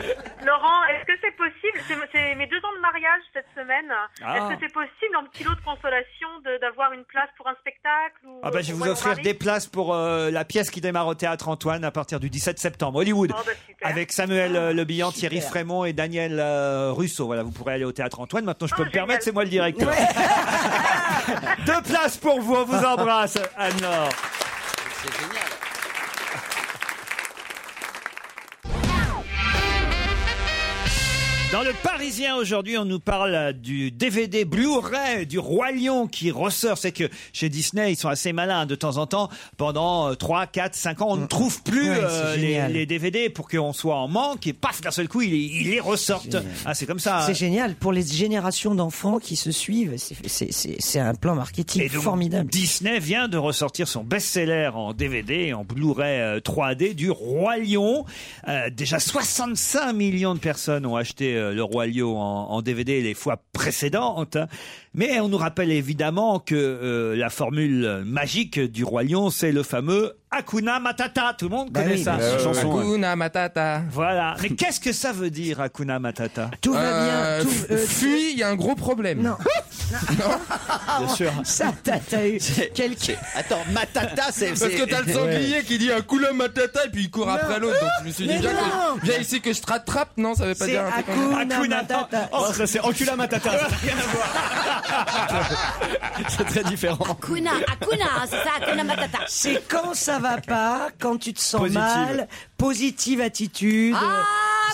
K: Laurent, est-ce que c'est possible c'est- C'est mes deux ans de mariage cette semaine.
E: Ah.
K: Est-ce que c'est possible en petit lot de consolation de- d'avoir une place pour un spectacle ou,
E: Ah bah, je vais
K: pour
E: vous
K: moi, mon
E: offrir
K: mari
E: des places pour euh, la pièce qui démarre au théâtre Antoine à partir du 17 septembre, Hollywood,
K: Oh, bah, super.
E: avec Samuel euh, Le Bihan, Thierry Frémont et Daniel euh, Russo. Voilà, vous pourrez aller au théâtre Antoine. Maintenant, je
K: Ah,
E: peux me permettre, c'est moi le directeur. Deux places pour vous, on vous embrasse, Anne-Laure. Dans le Parisien aujourd'hui, on nous parle du DVD Blu-ray du Roi Lion qui ressort. C'est que chez Disney, ils sont assez malins de temps en temps. Pendant euh, 3, 4, 5 ans, on ne trouve plus
F: Ouais, c'est
E: euh, les,
F: génial.
E: les DVD pour qu'on soit en manque et paf, d'un seul coup, ils, ils les ressortent. Ah, c'est comme ça.
F: C'est génial pour les générations d'enfants qui se suivent. c'est- c'est- C'est c'est un plan marketing
E: Et donc,
F: formidable.
E: Disney vient de ressortir son best-seller en DVD et en Blu-ray euh, 3D du Roi Lion. Euh, déjà 65 millions de personnes ont acheté euh, le Roi Lion en, en DVD les fois précédentes. hein. Mais on nous rappelle évidemment que euh, la formule magique du Roi Lion, c'est le fameux Hakuna Ah, Matata. Tout le monde
I: Bah
E: connaît
I: oui,
E: ça,
I: bien
E: cette
I: sûr.
E: chanson.
I: Hakuna Matata.
E: Voilà. Mais qu'est-ce que ça veut dire Hakuna Matata
I: Tout va Euh, bien, tout- f- euh, fuis, il y a un gros problème.
F: Non.
E: Bien sûr.
F: Ça, t'as- t'as eu quelqu'un.
I: Attends,
F: Matata, c'est-
I: Parce que
F: c'est-
I: t'as le sanglier qui dit un coup là, Matata, et puis il court
F: Non.
I: après l'autre. Donc je me suis dit,
F: Mais
I: viens,
F: non.
I: que- viens ici que je te rattrape. Non, ça veut pas
F: C'est
I: dire un truc comme ça.
F: Hakuna Hakuna Matata. Matata.
H: Oh, ça, c'est Encula Matata. Ça n'a rien à voir. c'est très différent.
C: Hakuna, Hakuna, c'est ça, Hakuna Matata.
F: C'est quand ça va pas, quand tu te sens
H: Positive.
F: mal, positive attitude.
C: Ah,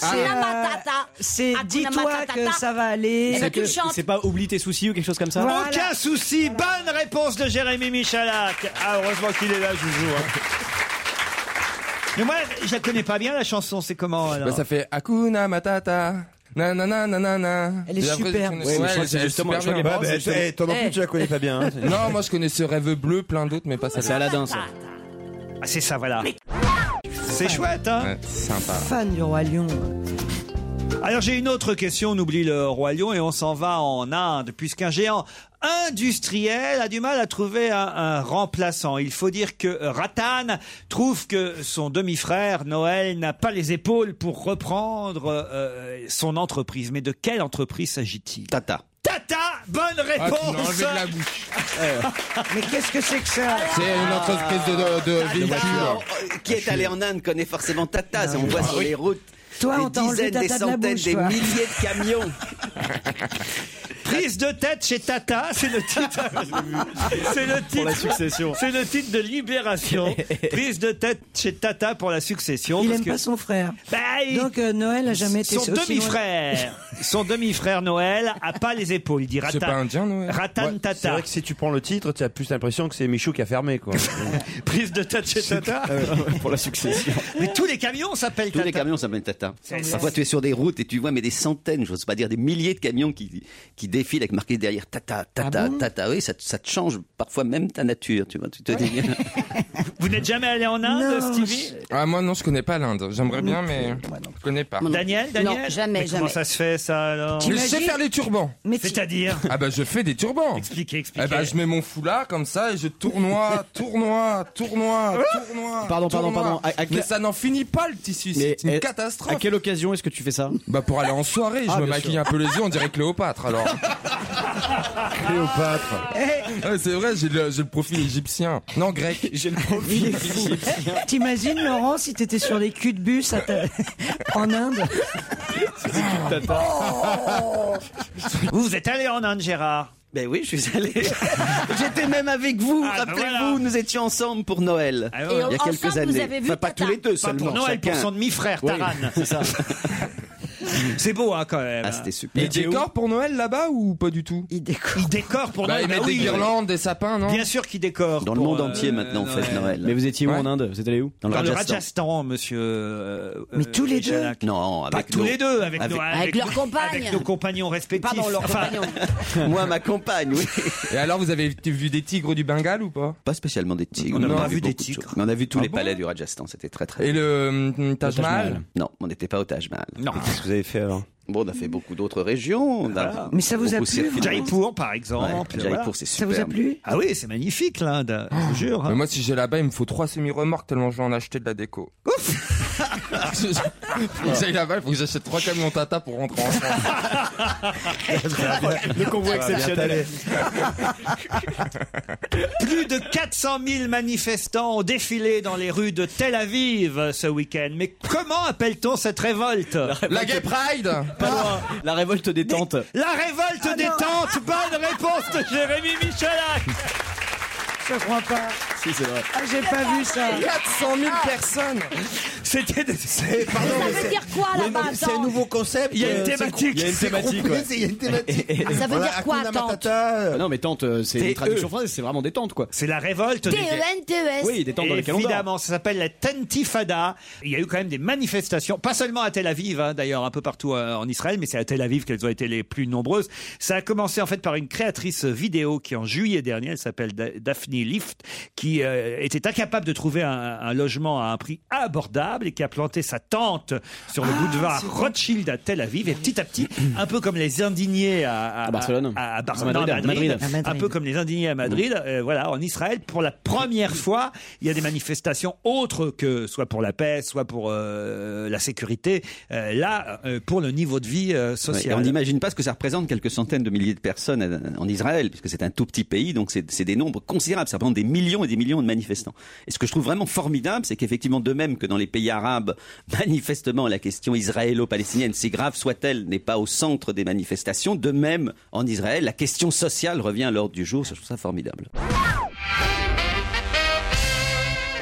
F: C'est,
C: Hakuna
F: euh,
C: Matata.
F: C'est
C: Hakuna
F: dis-toi
C: Matata.
F: que ça va aller.
C: Et tu chantes.
H: C'est pas oublie tes soucis ou quelque chose comme ça
E: Aucun souci. Bonne réponse de Jérémy Michalak. Ah, heureusement qu'il est là, Joujou. hein. Mais moi, je la connais pas bien, la chanson. C'est comment, alors
I: Bah, ça fait Hakuna Matata. Nanana, nanana.
E: Elle est
I: Et après,
E: super.
I: tu connais-
E: Ouais, mais je
I: Ouais,
E: crois que
I: elle
E: c'est
I: est
E: justement- je
I: super bien.
E: crois que les paroles, Ouais, c'est bah, justement- eh, toi non plus, Eh. tu la connais pas bien, hein.
I: Non, moi je connaissais Rêve Bleu, plein d'autres, mais pas ça.
E: C'est Aladdin, ça. Ah, c'est ça, voilà. C'est chouette, hein
I: Sympa.
F: Fan du roi lion.
E: Alors j'ai une autre question, on oublie le roi lion et on s'en va en Inde, puisqu'un géant industriel a du mal à trouver un, un remplaçant. Il faut dire que Ratan trouve que son demi-frère Noël n'a pas les épaules pour reprendre euh, son entreprise. Mais de quelle entreprise s'agit-il Tata. Tata, bonne
I: Ah, tu l'as
E: réponse
I: enlevé de la bouche.
F: Mais qu'est-ce que c'est que ça
I: C'est une entreprise de, de, de
O: Tata,
I: véhicules.
O: on- Ah, Qui est allé en Inde connaît forcément Tata. on voit
H: Ah
O: sur les routes
F: Toi, on
O: des
F: t'a enlevé
O: dizaines,
F: Tata
O: des
F: de la
O: centaines,
F: bouche,
O: des
F: toi.
O: milliers de camions.
E: Prise de tête chez Tata, c'est le titre. C'est le titre.
H: Pour la succession.
E: C'est le titre de Libération. Prise de tête chez Tata pour la succession.
F: Il
E: parce
F: aime
E: que
F: pas son frère.
E: il-
F: Donc euh, Noël a jamais été
E: Son
F: aussi loin.
E: demi-frère, son demi-frère Noël a pas les épaules. Il dit Ratan.
J: C'est pas indien,
I: Noël
E: Ratan
J: Ouais, C'est
E: Tata.
J: vrai que si tu prends le titre, tu as plus l'impression que c'est Michou qui a fermé, quoi. euh,
E: Prise de tête chez Tata.
J: Pour la succession.
E: Mais tous les camions s'appellent
O: Tous
E: Tata.
O: les camions s'appellent Tata.
E: C'est-
O: Parfois, tu es sur des routes et tu vois, mais des centaines, je n'ose pas dire des milliers de camions qui, qui défilent avec marqué derrière
F: Ah
O: Tata, Tata, Tata. Oui, ça, te- ça te change parfois même ta nature, tu vois. Tu te dis.
E: Vous n'êtes jamais allé en Inde, Stevie
I: Ah, moi non, je connais pas l'Inde. J'aimerais bien, mais je connais pas.
E: Daniel, Daniel. Mais Comment ça se fait ça alors
I: Mais je sais faire les turbans.
E: C'est-à-dire
I: Ah bah je fais des turbans.
E: Expliquez,
I: Eh
E: expliquez.
I: bah je mets mon foulard comme ça et je tournoie, tournoie, tournoie, tournoie.
H: Pardon, pardon,
I: tournoie.
H: pardon. À- à-
I: Mais ça n'en finit pas le tissu,
H: Mais
I: c'est une
H: est-
I: catastrophe.
H: À quelle occasion est-ce que tu fais ça
I: Bah pour aller en soirée, je
H: Ah,
I: me
H: bien
I: maquille
H: sûr.
I: un peu les yeux, on dirait Cléopâtre alors. Cléopâtre. c'est vrai, j'ai le, j'ai le profil égyptien. Non, grec.
H: J'ai le profil
F: T'imagines Laurent si t'étais sur des culs de bus à ta- en Inde Oh
E: Vous, vous êtes allé en Inde, Gérard
O: Ben oui, je suis allé. J'étais même avec vous,
E: Ah,
O: rappelez-vous,
E: voilà.
O: nous étions ensemble pour Noël,
E: Ah
O: il y
E: ouais.
O: a
E: Et
O: quelques
E: ensemble,
O: années.
E: vous avez vu
O: enfin, pas
E: Tata.
O: tous les deux
E: Pas pour
O: seulement.
E: Noël, pour
O: chacun.
E: son demi-frère,
O: Oui,
E: Taran.
O: c'est ça.
E: C'est beau, hein, quand même.
O: Ah, c'était super.
I: Il décore pour Noël là-bas ou pas du tout
F: Il décore.
E: Il décore pour
I: Bah,
E: Noël.
I: ils mettent
E: bah
I: des
E: oui.
I: guirlandes, des sapins, non
E: Bien sûr qu'il décore.
O: Dans le
E: pour,
O: monde
E: euh,
O: entier maintenant, on
E: Noël.
O: fête Noël.
H: Mais vous étiez où en Inde Vous êtes allé où
O: Dans le
E: Dans le
O: Rajasthan.
E: Rajasthan, monsieur. euh,
O: Mais tous les
E: Richard
O: deux
E: Lac.
O: Non,
E: Pas
O: avec
E: tous
O: nos-
E: les deux, avec, nos,
O: avec-
C: Avec leurs compagnes.
E: Avec nos compagnons respectifs.
C: Pardon, leurs
E: Enfin,
C: compagnons.
O: Moi, ma compagne, oui.
I: Et alors, vous avez vu des tigres du Bengale ou pas
O: Pas spécialement des tigres.
I: On n'a
O: a
I: pas vu des
O: beaucoup de
I: tigres.
O: choses. Mais on a vu tous
I: Ah
O: les
I: bon
O: palais du Rajasthan, c'était très très
I: Et le euh, Taj Mahal
O: Non, on n'était pas au Taj Mahal.
E: Non.
J: Qu'est-ce que vous avez fait alors
O: Bon, on a fait beaucoup d'autres régions. on a-
E: Mais
F: ça vous a
O: beaucoup
F: plu,
O: circuit.
F: vraiment
E: Ah. Jaipur, par exemple.
O: Ouais, Jaipur, c'est
F: Ça
O: super.
F: vous a plu
E: Ah oui, c'est magnifique l'Inde, je vous jure.
I: Mais moi, si j'ai là-bas, il me faut trois semi-remorques tellement je vais en acheter de la déco. Ouf Faut que j'aille là-bas, il faut que j'achète trois camions Tata pour rentrer en France.
E: Ah
H: Le convoi exceptionnel.
E: Plus de 400 000 manifestants ont défilé dans les rues de Tel Aviv ce week-end. Mais comment appelle-t-on cette révolte
I: La Gay Pride
F: Ah.
H: Pas loin. La révolte des tentes.
E: La révolte des tentes Bonne réponse de Jérémy Michalak
F: Je crois pas.
H: Si, c'est vrai.
F: Ah, j'ai pas vu ça. Ah.
I: 400 000 personnes
E: C'était des-
G: Pardon,
Q: Ça
G: mais
Q: veut
G: c'est-
Q: dire quoi
G: Oui,
Q: là-bas
G: mais C'est un
Q: Attends.
G: nouveau concept.
E: Il y a une
G: euh,
E: thématique.
H: Il y a une
G: c'est
H: thématique.
G: compris,
H: ouais.
G: c'est- Il y a une thématique.
Q: Ah, Ça veut dire quoi,
G: Hakuna
Q: tante
G: Matata, E. euh,
H: Ah non, mais tentes, euh, c'est
E: T.E.
H: une traduction française, c'est vraiment des tentes, quoi.
E: C'est la révolte
Q: E
E: des...
Q: T-E-N-T-E-S.
H: Oui, des tentes dans les calendars.
E: Évidemment, ça s'appelle la Tentifada. Il y a eu quand même des manifestations, pas seulement à Tel Aviv, hein, d'ailleurs un peu partout euh, en Israël, mais c'est à Tel Aviv qu'elles ont été les plus nombreuses. Ça a commencé en fait par une créatrice vidéo qui en juillet dernier, elle s'appelle Da- Daphne Lift, qui euh, était incapable de trouver un, un logement à un prix abordable et qui a planté sa tente sur
F: Ah,
E: le boulevard Rothschild à Tel Aviv. Et petit à petit, un peu comme les indignés à, à-
H: À Barcelone.
E: à, à Bar-
H: À Madrid,
E: non,
H: à Madrid.
F: À Madrid.
E: un peu comme les indignés à Madrid. euh, voilà, en Israël, pour la première fois, il y a des manifestations autres que soit pour la paix, soit pour euh, la sécurité. euh, là, euh, pour le niveau de vie euh,
O: Ouais, et
E: social.
O: on n'imagine pas ce que ça représente quelques centaines de milliers de personnes euh, en Israël, puisque c'est un tout petit pays, donc c'est c'est des nombres considérables. Ça représente des millions et des millions de manifestants. Et ce que je trouve vraiment formidable, c'est qu'effectivement, de même que dans les pays arabes, manifestement, la question israélo-palestinienne, si grave soit-elle, n'est pas au centre des manifestations, de même, en Israël, la question sociale revient à l'ordre du jour. Ça, Je trouve ça formidable.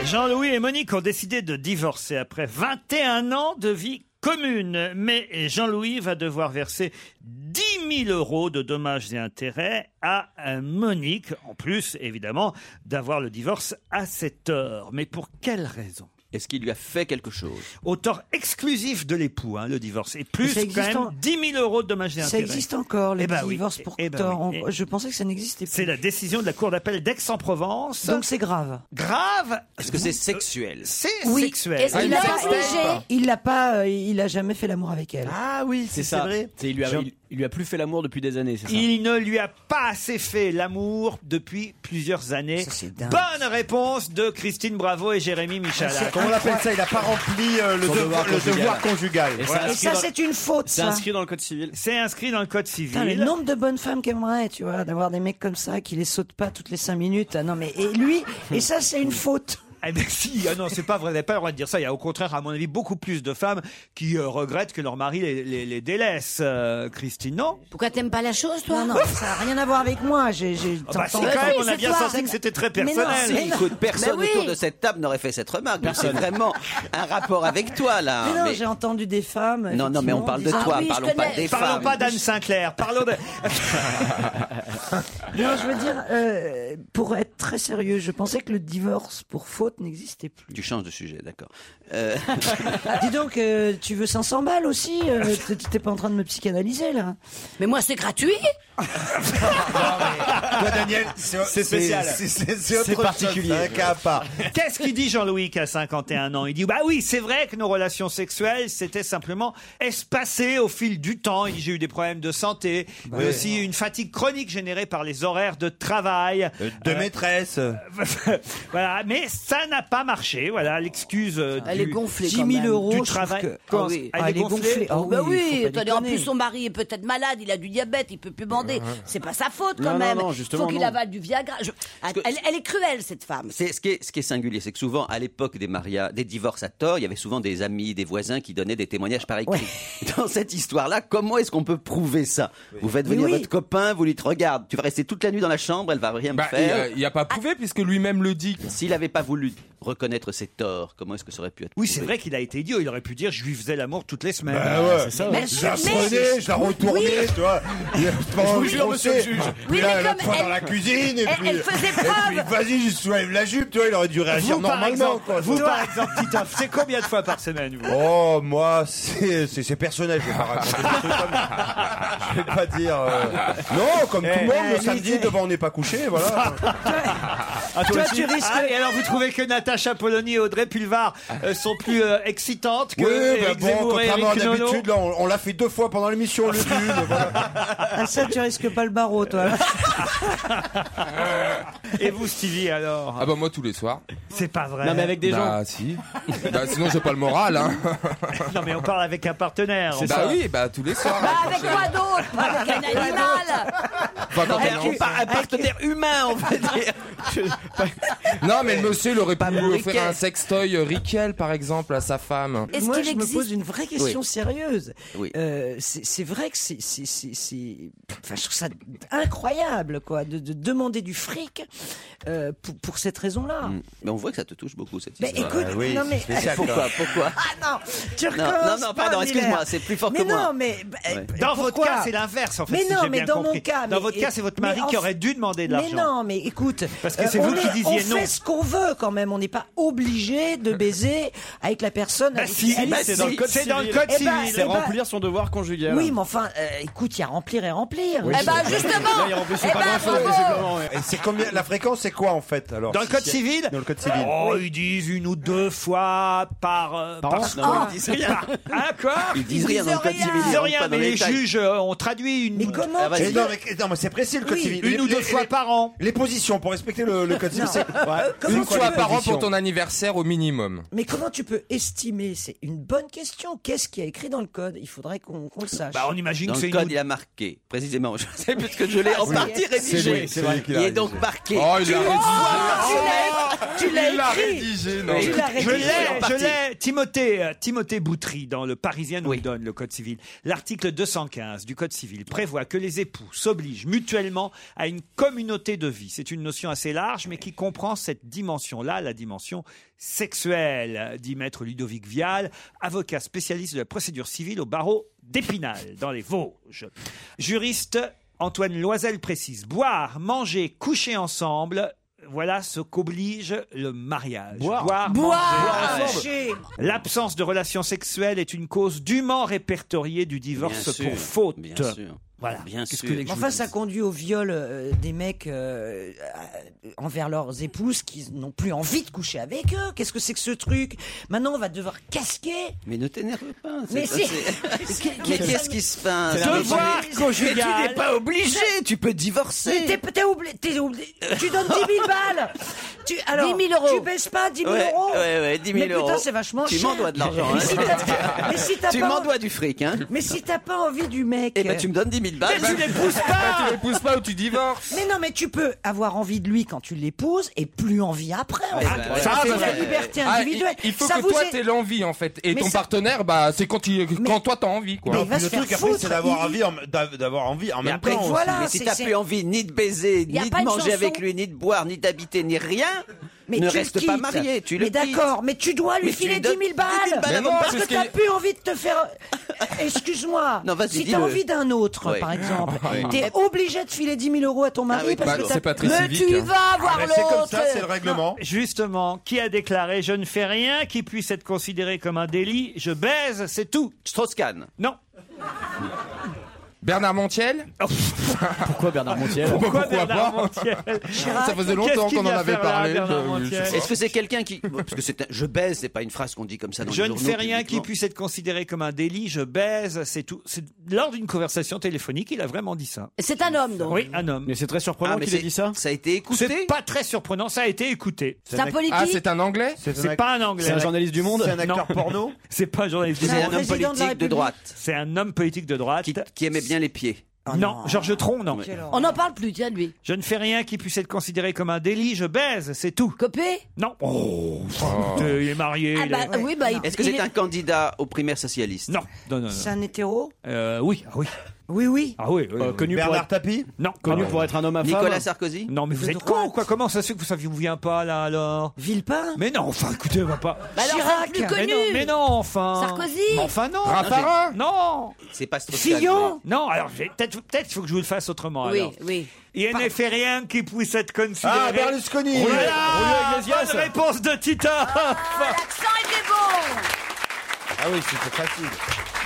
E: Jean-Louis et Monique ont décidé de divorcer après 21 ans de vie commune. Mais Jean-Louis va devoir verser 10 000 euros de dommages et intérêts à euh, Monique, en plus, évidemment, d'avoir le divorce à cette heure. Mais pour quelle raison
O: Est-ce qu'il lui a fait quelque chose
E: Auteur exclusif de l'époux, hein, le divorce. Et plus
F: Ça
E: quand
F: existe en-
E: même 10 000 euros de dommages et
F: Ça
E: intérêts.
F: existe encore, le
E: Eh ben oui.
F: divorce pour
E: Eh ben
F: tort.
E: oui.
F: On- Je pensais que ça n'existait plus.
E: C'est la décision de la Cour d'appel d'Aix-en-Provence.
F: Donc c'est grave.
E: grave,
O: Est-ce que c'est sexuel
E: c'est
F: Oui.
E: sexuel.
Q: Est-ce
I: Ah,
Q: qu'il
I: il
Q: a
I: s'en
Q: pas
I: sépare
Q: obligé
I: pas.
F: Il l'a pas, euh, il a jamais fait l'amour avec elle.
E: Ah oui,
H: C'est ça. C'est- Il lui, a, il, il lui a plus fait l'amour depuis des années, c'est ça
E: Il ne lui a pas assez Ah, fait l'amour depuis plusieurs années.
F: Ça, c'est dingue.
E: Bonne réponse de Christine Bravo et Jérémy Michalak.
J: Ah, Comment on appelle ça Il a pas rempli euh, le,
H: Son devoir
J: devoir, le
H: conjugal.
J: devoir conjugal.
H: Et
J: Voilà.
H: ça,
F: Et ça,
H: dans-
F: c'est une faute,
H: c'est
F: ça.
H: inscrit dans le code civil.
E: C'est inscrit dans le code civil.
F: Putain, le nombre de bonnes femmes qu'aimerait, tu vois, d'avoir des mecs comme ça qui les sautent pas toutes les cinq minutes. Ah non, mais et lui, et ça, c'est une faute.
E: Ah ben si, ah non, c'est pas vrai, vous n'avez pas le droit de dire ça. Il y a au contraire, à mon avis, beaucoup plus de femmes qui euh, regrettent que leur mari les, les- les délaisse. euh, Christine, non
C: Pourquoi t'aimes pas la chose, toi
F: Non, non, ça a rien à voir avec moi. J'ai, j'ai.
E: Ah bah, si,
F: t'entends-
E: quand même, on a
Q: c'est
E: bien
Q: toi.
E: senti que c'était très
F: Mais non,
E: personnel.
F: c'est-
O: Écoute, personne
Q: oui.
O: autour de cette table n'aurait fait cette remarque. Donc, C'est vraiment un rapport avec toi, là.
F: Mais non,
O: Mais-
F: j'ai entendu des femmes.
O: Non, non, mais on parle de
F: effectivement,
O: toi,
Q: oui, je
O: parlons pas
Q: connais.
O: des
E: Parlons
O: femmes.
E: pas d'Anne Sinclair, parlons de...
F: disant- Non, je veux dire, euh, pour être très sérieux, je pensais que le divorce pour faute n'existait plus.
O: Tu changes de sujet, d'accord. Euh,
F: Dis donc, euh, tu veux 500 balles aussi euh, t- T'es pas en train de me psychanalyser là
C: Mais moi, c'est gratuit.
J: Toi, Daniel, c'est spécial. C'est c'est- c'est autre chose,
H: particulier.
J: c'est un cas à part.
E: Qu'est-ce qu'il dit Jean-Louis qui a 51 ans Il dit bah oui, c'est vrai que nos relations sexuelles c'était simplement espacées au fil du temps. Il dit, j'ai eu des problèmes de santé, mais aussi une fatigue chronique générée par les horaires de travail. Euh,
J: De maîtresse, Grèce.
E: voilà, mais ça n'a pas marché. Voilà l'excuse. euh,
C: Elle
E: du-
C: est gonflée, quand
E: 10 000
C: même.
E: euros
C: Du
E: du travail.
C: travail.
E: Comment-
C: Ah,
E: Elle est gonflée.
C: Oh, bah oui,
E: faut
C: attendez,
E: pas
C: en
E: déconner.
C: plus son mari est peut-être malade, il a du diabète, il peut plus bander. C'est pas sa faute
O: Non,
C: quand
O: non,
C: même.
O: non, justement,
C: Faut qu'il
O: non.
C: avale du Viagra. Je- Elle, elle est cruelle cette femme.
O: C'est ce qui est, ce qui est singulier, c'est que souvent à l'époque des mariages, des divorces à tort, il y avait souvent des amis, des voisins qui donnaient des témoignages par écrit. Dans cette histoire-là, comment est-ce qu'on peut prouver ça Vous faites
I: Mais
O: venir
I: oui.
O: votre copain, vous lui dites regarde, tu vas rester toute la nuit dans la chambre, elle va rien me
I: Bah, il y a-
O: faire.
I: il n'y a, pas prouvé puisque lui-même le dit.
O: S'il n'avait pas voulu reconnaître ses torts, comment est-ce que ça aurait pu être
E: Oui, c'est vrai qu'il a été idiot. Il aurait pu dire je lui faisais l'amour toutes les semaines.
O: Bah ouais. C'est ça, ouais. Mais-
J: Je la prenais, je la retournais, tu vois.
E: Je vous jure, monsieur le juge.
J: Puis
E: Oui,
J: là,
E: mais
J: elle la
E: comme
J: prend dans
E: elle-
J: la cuisine et
E: elle-
J: puis.
E: elle faisait
J: et
E: preuve.
J: puis, Vas-y, je soulève la jupe, tu vois, il aurait dû réagir
E: Vous, par
J: normalement.
E: exemple, vous, par exemple, Titoff, c'est combien de fois par semaine
J: Oh, moi, c'est c'est- c'est personnel, je vais pas raconter. des trucs comme- Je vais pas dire. euh, Non, comme
E: Eh,
J: tout le monde, le samedi, devant on n'est pas couché, voilà.
E: Ah,
J: Toi,
E: aussi
J: tu risques-
E: Ah, et alors, vous trouvez que Natacha Polony et Audrey Pulvar euh, sont plus euh, excitantes que
J: Oui, bah
E: Éric
J: bon,
E: Zemmour et
J: contrairement à
E: Éric Nolot
J: d'habitude, là, on, on l'a fait deux fois pendant l'émission, le d'une, voilà.
F: Ah, ça, tu risques pas le barreau, toi.
E: Et vous, Stevie, alors
I: Ah bah moi tous les soirs.
E: C'est pas vrai.
I: Non, mais avec des gens. Bah, si. Bah, sinon j'ai pas le moral. Hein.
E: non mais on parle avec un partenaire.
I: Bah oui, bah tous les soirs.
C: Bah, avec quoi d'autre Avec un animal
I: Enfin, quand on est enceinte.
O: un partenaire humain, on va dire.
I: Non, mais le monsieur, il aurait pas pu
F: Riquet.
I: offrir un sextoy euh, Riquel, par exemple, à sa femme.
F: Moi, je me pose une vraie question
I: Oui.
F: sérieuse.
I: Oui.
F: Euh, c'est c'est vrai que c'est, c'est, c'est, c'est- enfin, je trouve ça incroyable, quoi, de, de demander du fric euh, pour, pour cette raison-là.
O: Mm. Mais on voit que ça te touche beaucoup cette
F: Mais
O: histoire.
F: écoute, Ah oui, non, mais- c'est spécial,
O: euh, pourquoi,
F: quoi.
O: pourquoi
F: Ah non, tu
O: Non,
F: recommences.
O: non, non, pardon,
F: pas,
O: excuse-moi,
F: Miller.
O: c'est plus fort
F: mais
O: que moi.
F: Non, mais bah,
O: Ouais.
F: euh,
E: Dans votre
F: pourquoi
E: cas, c'est l'inverse, en fait,
F: Mais
E: si
F: non,
E: j'ai
F: mais
E: bien
F: dans
E: compris.
F: mon cas,
E: Dans
F: mais-
E: votre cas, c'est votre
F: mais
E: mari
F: en-
E: qui aurait dû demander de
F: Mais
E: l'argent.
F: non, mais écoute, euh,
E: Parce
C: Euh,
E: que c'est
F: on
E: vous qui
F: est-
E: disiez
F: On
E: non.
F: fait ce qu'on veut quand même. On n'est pas obligé de baiser avec la personne.
E: Bah
F: avec
E: si,
F: qui elle
E: bah
F: est.
E: c'est dans le code
F: Eh ben,
E: civil.
F: eh ben,
H: C'est
F: eh ben,
H: remplir son devoir conjugal.
F: oui, mais enfin, euh, écoute, il y a remplir et remplir.
J: Oui, Eh ben, c'est- justement,
H: D'ailleurs, en plus,
J: eh
H: c'est
J: ben,
H: pas grand-chose,
J: bravo.
H: visiblement, ouais.
J: Et c'est combien La fréquence, c'est quoi en fait alors
E: Dans le code
J: Si-
E: civil
J: Dans le code civil. Euh,
E: Oh, ils disent une ou deux fois par. euh,
J: Par an
E: par
J: Non, ils disent rien.
E: Ah, quoi
J: Ils disent rien dans le code civil,
E: Ils disent
J: ils rentrent
E: rien,
J: pas dans
E: mais
J: les
E: les
J: détails.
E: juges euh, ont traduit une. Mais
J: Ah, vas-y. non, mais, non, mais c'est précis le code
E: Oui.
J: civil.
E: Une ou deux fois
J: par
E: an.
J: Les positions pour respecter le, le code civil.
F: Non.
J: c'est-
F: Euh, comment
I: Une
F: tu
I: fois
F: veux-
I: par an pour ton anniversaire au minimum.
O: Mmh.
F: Mais comment tu peux estimer C'est une bonne question. Qu'est-ce qui a écrit dans le code Il faudrait qu'on qu'on le sache.
O: Bah, Dans le code, il a marqué, précisément. Je sais parce que je l'ai en
F: Oui.
O: partie
F: C'est
O: rédigé.
F: lui, c'est lui qui l'a
O: Il est donc marqué.
I: Oh, il
O: Tu
I: l'a
O: vois,
F: tu l'as
I: Il l'a
F: écrit.
I: rédigé, non.
F: Tu
I: mais-
F: l'as
E: Je
F: Oh, rédigé.
E: l'ai,
F: En
E: je
F: partie.
E: l'ai. Timothée, euh, Timothée Boutry, dans le Parisien, nous le donne le Code civil. L'article 215 du Code civil prévoit que les époux s'obligent mutuellement à une communauté de vie. C'est une notion assez large, mais qui comprend cette dimension-là, la dimension sexuelle, dit maître Ludovic Vial, avocat spécialiste de la procédure civile au barreau d'Épinal, dans les Vosges. Juriste, Antoine Loisel précise, boire, manger, coucher ensemble, voilà ce qu'oblige le mariage. Boire,
F: Boire,
E: manger.
F: coucher.
E: L'absence de relations sexuelles est une cause dûment répertoriée du divorce
O: Bien
E: pour
O: sûr,
E: faute.
O: bien sûr.
E: Voilà.
O: Bien
E: Qu'est-ce
O: sûr.
E: que les
F: Mais Enfin, ça conduit au viol euh, des mecs euh, euh, envers leurs épouses qui n'ont plus envie de coucher avec eux. Qu'est-ce que c'est que ce truc Maintenant, on va devoir casquer.
O: Mais ne t'énerve pas. c'est
F: Mais
O: pas-
F: si.
O: c'est- Mais qu'est-ce qui se passe
F: C'est la
O: Devoir
F: raison.
O: conjugal.
F: Mais tu n'es pas
O: obligé, tu peux divorcer.
F: Mais t'es- t'es obli- t'es obli- tu donnes 10 000 balles. Tu, alors,
C: 10 000 euros.
F: Tu baisses pas 10 000
O: Ouais,
F: euros.
O: ouais, ouais, 10 000
F: mais putain,
O: euros.
F: c'est vachement
O: Tu
F: cher.
O: m'en dois de l'argent.
F: Mais
O: hein.
F: si t'as- mais si t'as
O: tu
F: pas-
O: m'en dois du fric. Hein.
F: Mais si t'as pas envie du mec.
O: Eh ben, tu me donnes 10 000
F: Mais tu
O: balles.
F: l'épouses pas.
I: Bah, tu l'épouses pas ou tu divorces.
F: Mais non, mais tu peux avoir envie de lui quand tu l'épouses et plus envie après. en
I: Ah,
F: fait.
I: bah,
F: Ça,
I: ouais.
F: c'est la
I: Ouais.
F: liberté
I: Ah,
F: individuelle.
I: il, il faut
F: Ça
I: que
F: vous
I: toi
F: est-
I: t'aies l'envie en fait, et
F: Mais
I: ton
F: ça-
I: partenaire, bah c'est quand, il- quand toi t'as envie quoi.
J: Non, puis le truc après, c'est d'avoir envie, en- d'av- d'avoir envie en
O: Mais
J: même
O: après,
J: temps.
O: voilà,
J: aussi.
O: mais si t'as plus envie ni de baiser,
F: Y a
O: ni
F: pas
O: de
F: une
O: manger
F: chanson.
O: avec lui, ni de boire, ni d'habiter, ni rien, ne
F: tu le
O: reste pas
F: quittes.
O: marié. Tu le
F: mais d'accord,
O: quittes.
F: mais tu dois lui
O: Mais tu
F: filer
O: lui
F: 10
O: donnes
F: 000 balles.
O: 10 000 balles Mais non,
F: parce
O: c'est
F: que
O: ce
F: t'as
O: qui-
F: plus envie de te faire. Excuse-moi.
O: Non, vas-y,
F: si t'as
O: dis-le.
F: envie d'un autre,
O: Ouais.
F: par exemple,
O: Ouais.
F: t'es obligé de filer 10 000 euros à ton mari
O: oui,
F: parce
O: bah,
F: que
O: c'est
F: t'as-
O: pas
E: très
F: Mais
E: civique,
F: tu
E: hein.
F: vas
E: Ah,
F: voir
E: mais
F: l'autre.
E: c'est comme ça, c'est le règlement. Justement, qui a déclaré Je ne fais rien qui puisse être considéré comme un délit, je baise, c'est tout.
O: Strauss-Kahn.
E: Non.
I: Bernard Montiel
E: Oh.
I: Pourquoi Bernard Montiel
O: Pourquoi
I: Pourquoi,
O: Bernard
I: pas
O: Montiel
I: Ça faisait longtemps qu'on en avait parlé. je- je sais pas.
O: Est-ce que c'est quelqu'un qui parce que c'est un- je baise, c'est pas une phrase qu'on dit comme ça dans
E: Je
O: les
E: ne
O: journaux
E: fais rien qui
O: publiquement.
E: puisse être considéré comme un délit. Je baise, c'est tout. C'est lors d'une conversation téléphonique, il a vraiment dit ça.
C: C'est un homme, donc.
E: Oui, un homme. Mais c'est très surprenant
O: Ah, mais qu'il ait c'est- dit
E: ça.
O: Ça a été écouté.
E: C'est pas très surprenant, ça a été écouté.
C: C'est un politique Ah, c'est
I: un anglais
E: C'est pas un anglais.
I: C'est un journaliste du Monde
E: C'est un acteur porno C'est pas un journaliste du
O: C'est
E: monde.
O: un homme Président de la politique de République droite.
E: C'est un homme politique de droite. Qui,
O: aimait bien les pieds.
E: non, Georges Tron, non.
C: On n'en parle plus, tiens, de lui.
E: Je ne fais rien qui puisse être considéré comme un délit, je baise, c'est tout.
C: Copé
E: Non. Oh, écoutez, il est marié.
C: Ah
E: il
C: bah,
E: est-
C: oui, bah, il-
O: Est-ce que
C: il
O: c'est
C: est-
O: un candidat aux primaires socialistes
E: Non. Non, non, non.
F: C'est un hétéro
E: Euh, oui, ah oui.
F: Oui, oui.
E: Ah oui,
O: Euh,
E: oui, oui.
H: connu pour Bernard être-
J: Tapie
E: Non.
H: Connu
E: Ah non.
H: pour être un homme à femme.
O: Nicolas Sarkozy
E: Non, mais vous êtes con ou quoi Comment ça se fait que vous saviez vous vient pas là alors
F: Villepin
E: Mais non, enfin écoutez, on va pas.
C: Bah alors, Chirac c'est plus
E: Mais
C: connu.
E: non, mais non, enfin
C: Sarkozy
E: Mais Enfin non
O: Raffarin
E: Non
O: C'est pas strauss
E: Fillon Non, alors j'ai- peut-être peut-être faut que je vous le fasse autrement
C: Oui,
E: alors.
C: oui.
E: Il ne fait rien qui puisse être considéré.
J: Ah, Berlusconi
E: Voilà
J: Julio Iglesias.
E: Bonne réponse de Tita
C: L'accent était bon
J: Ah oui, c'était facile.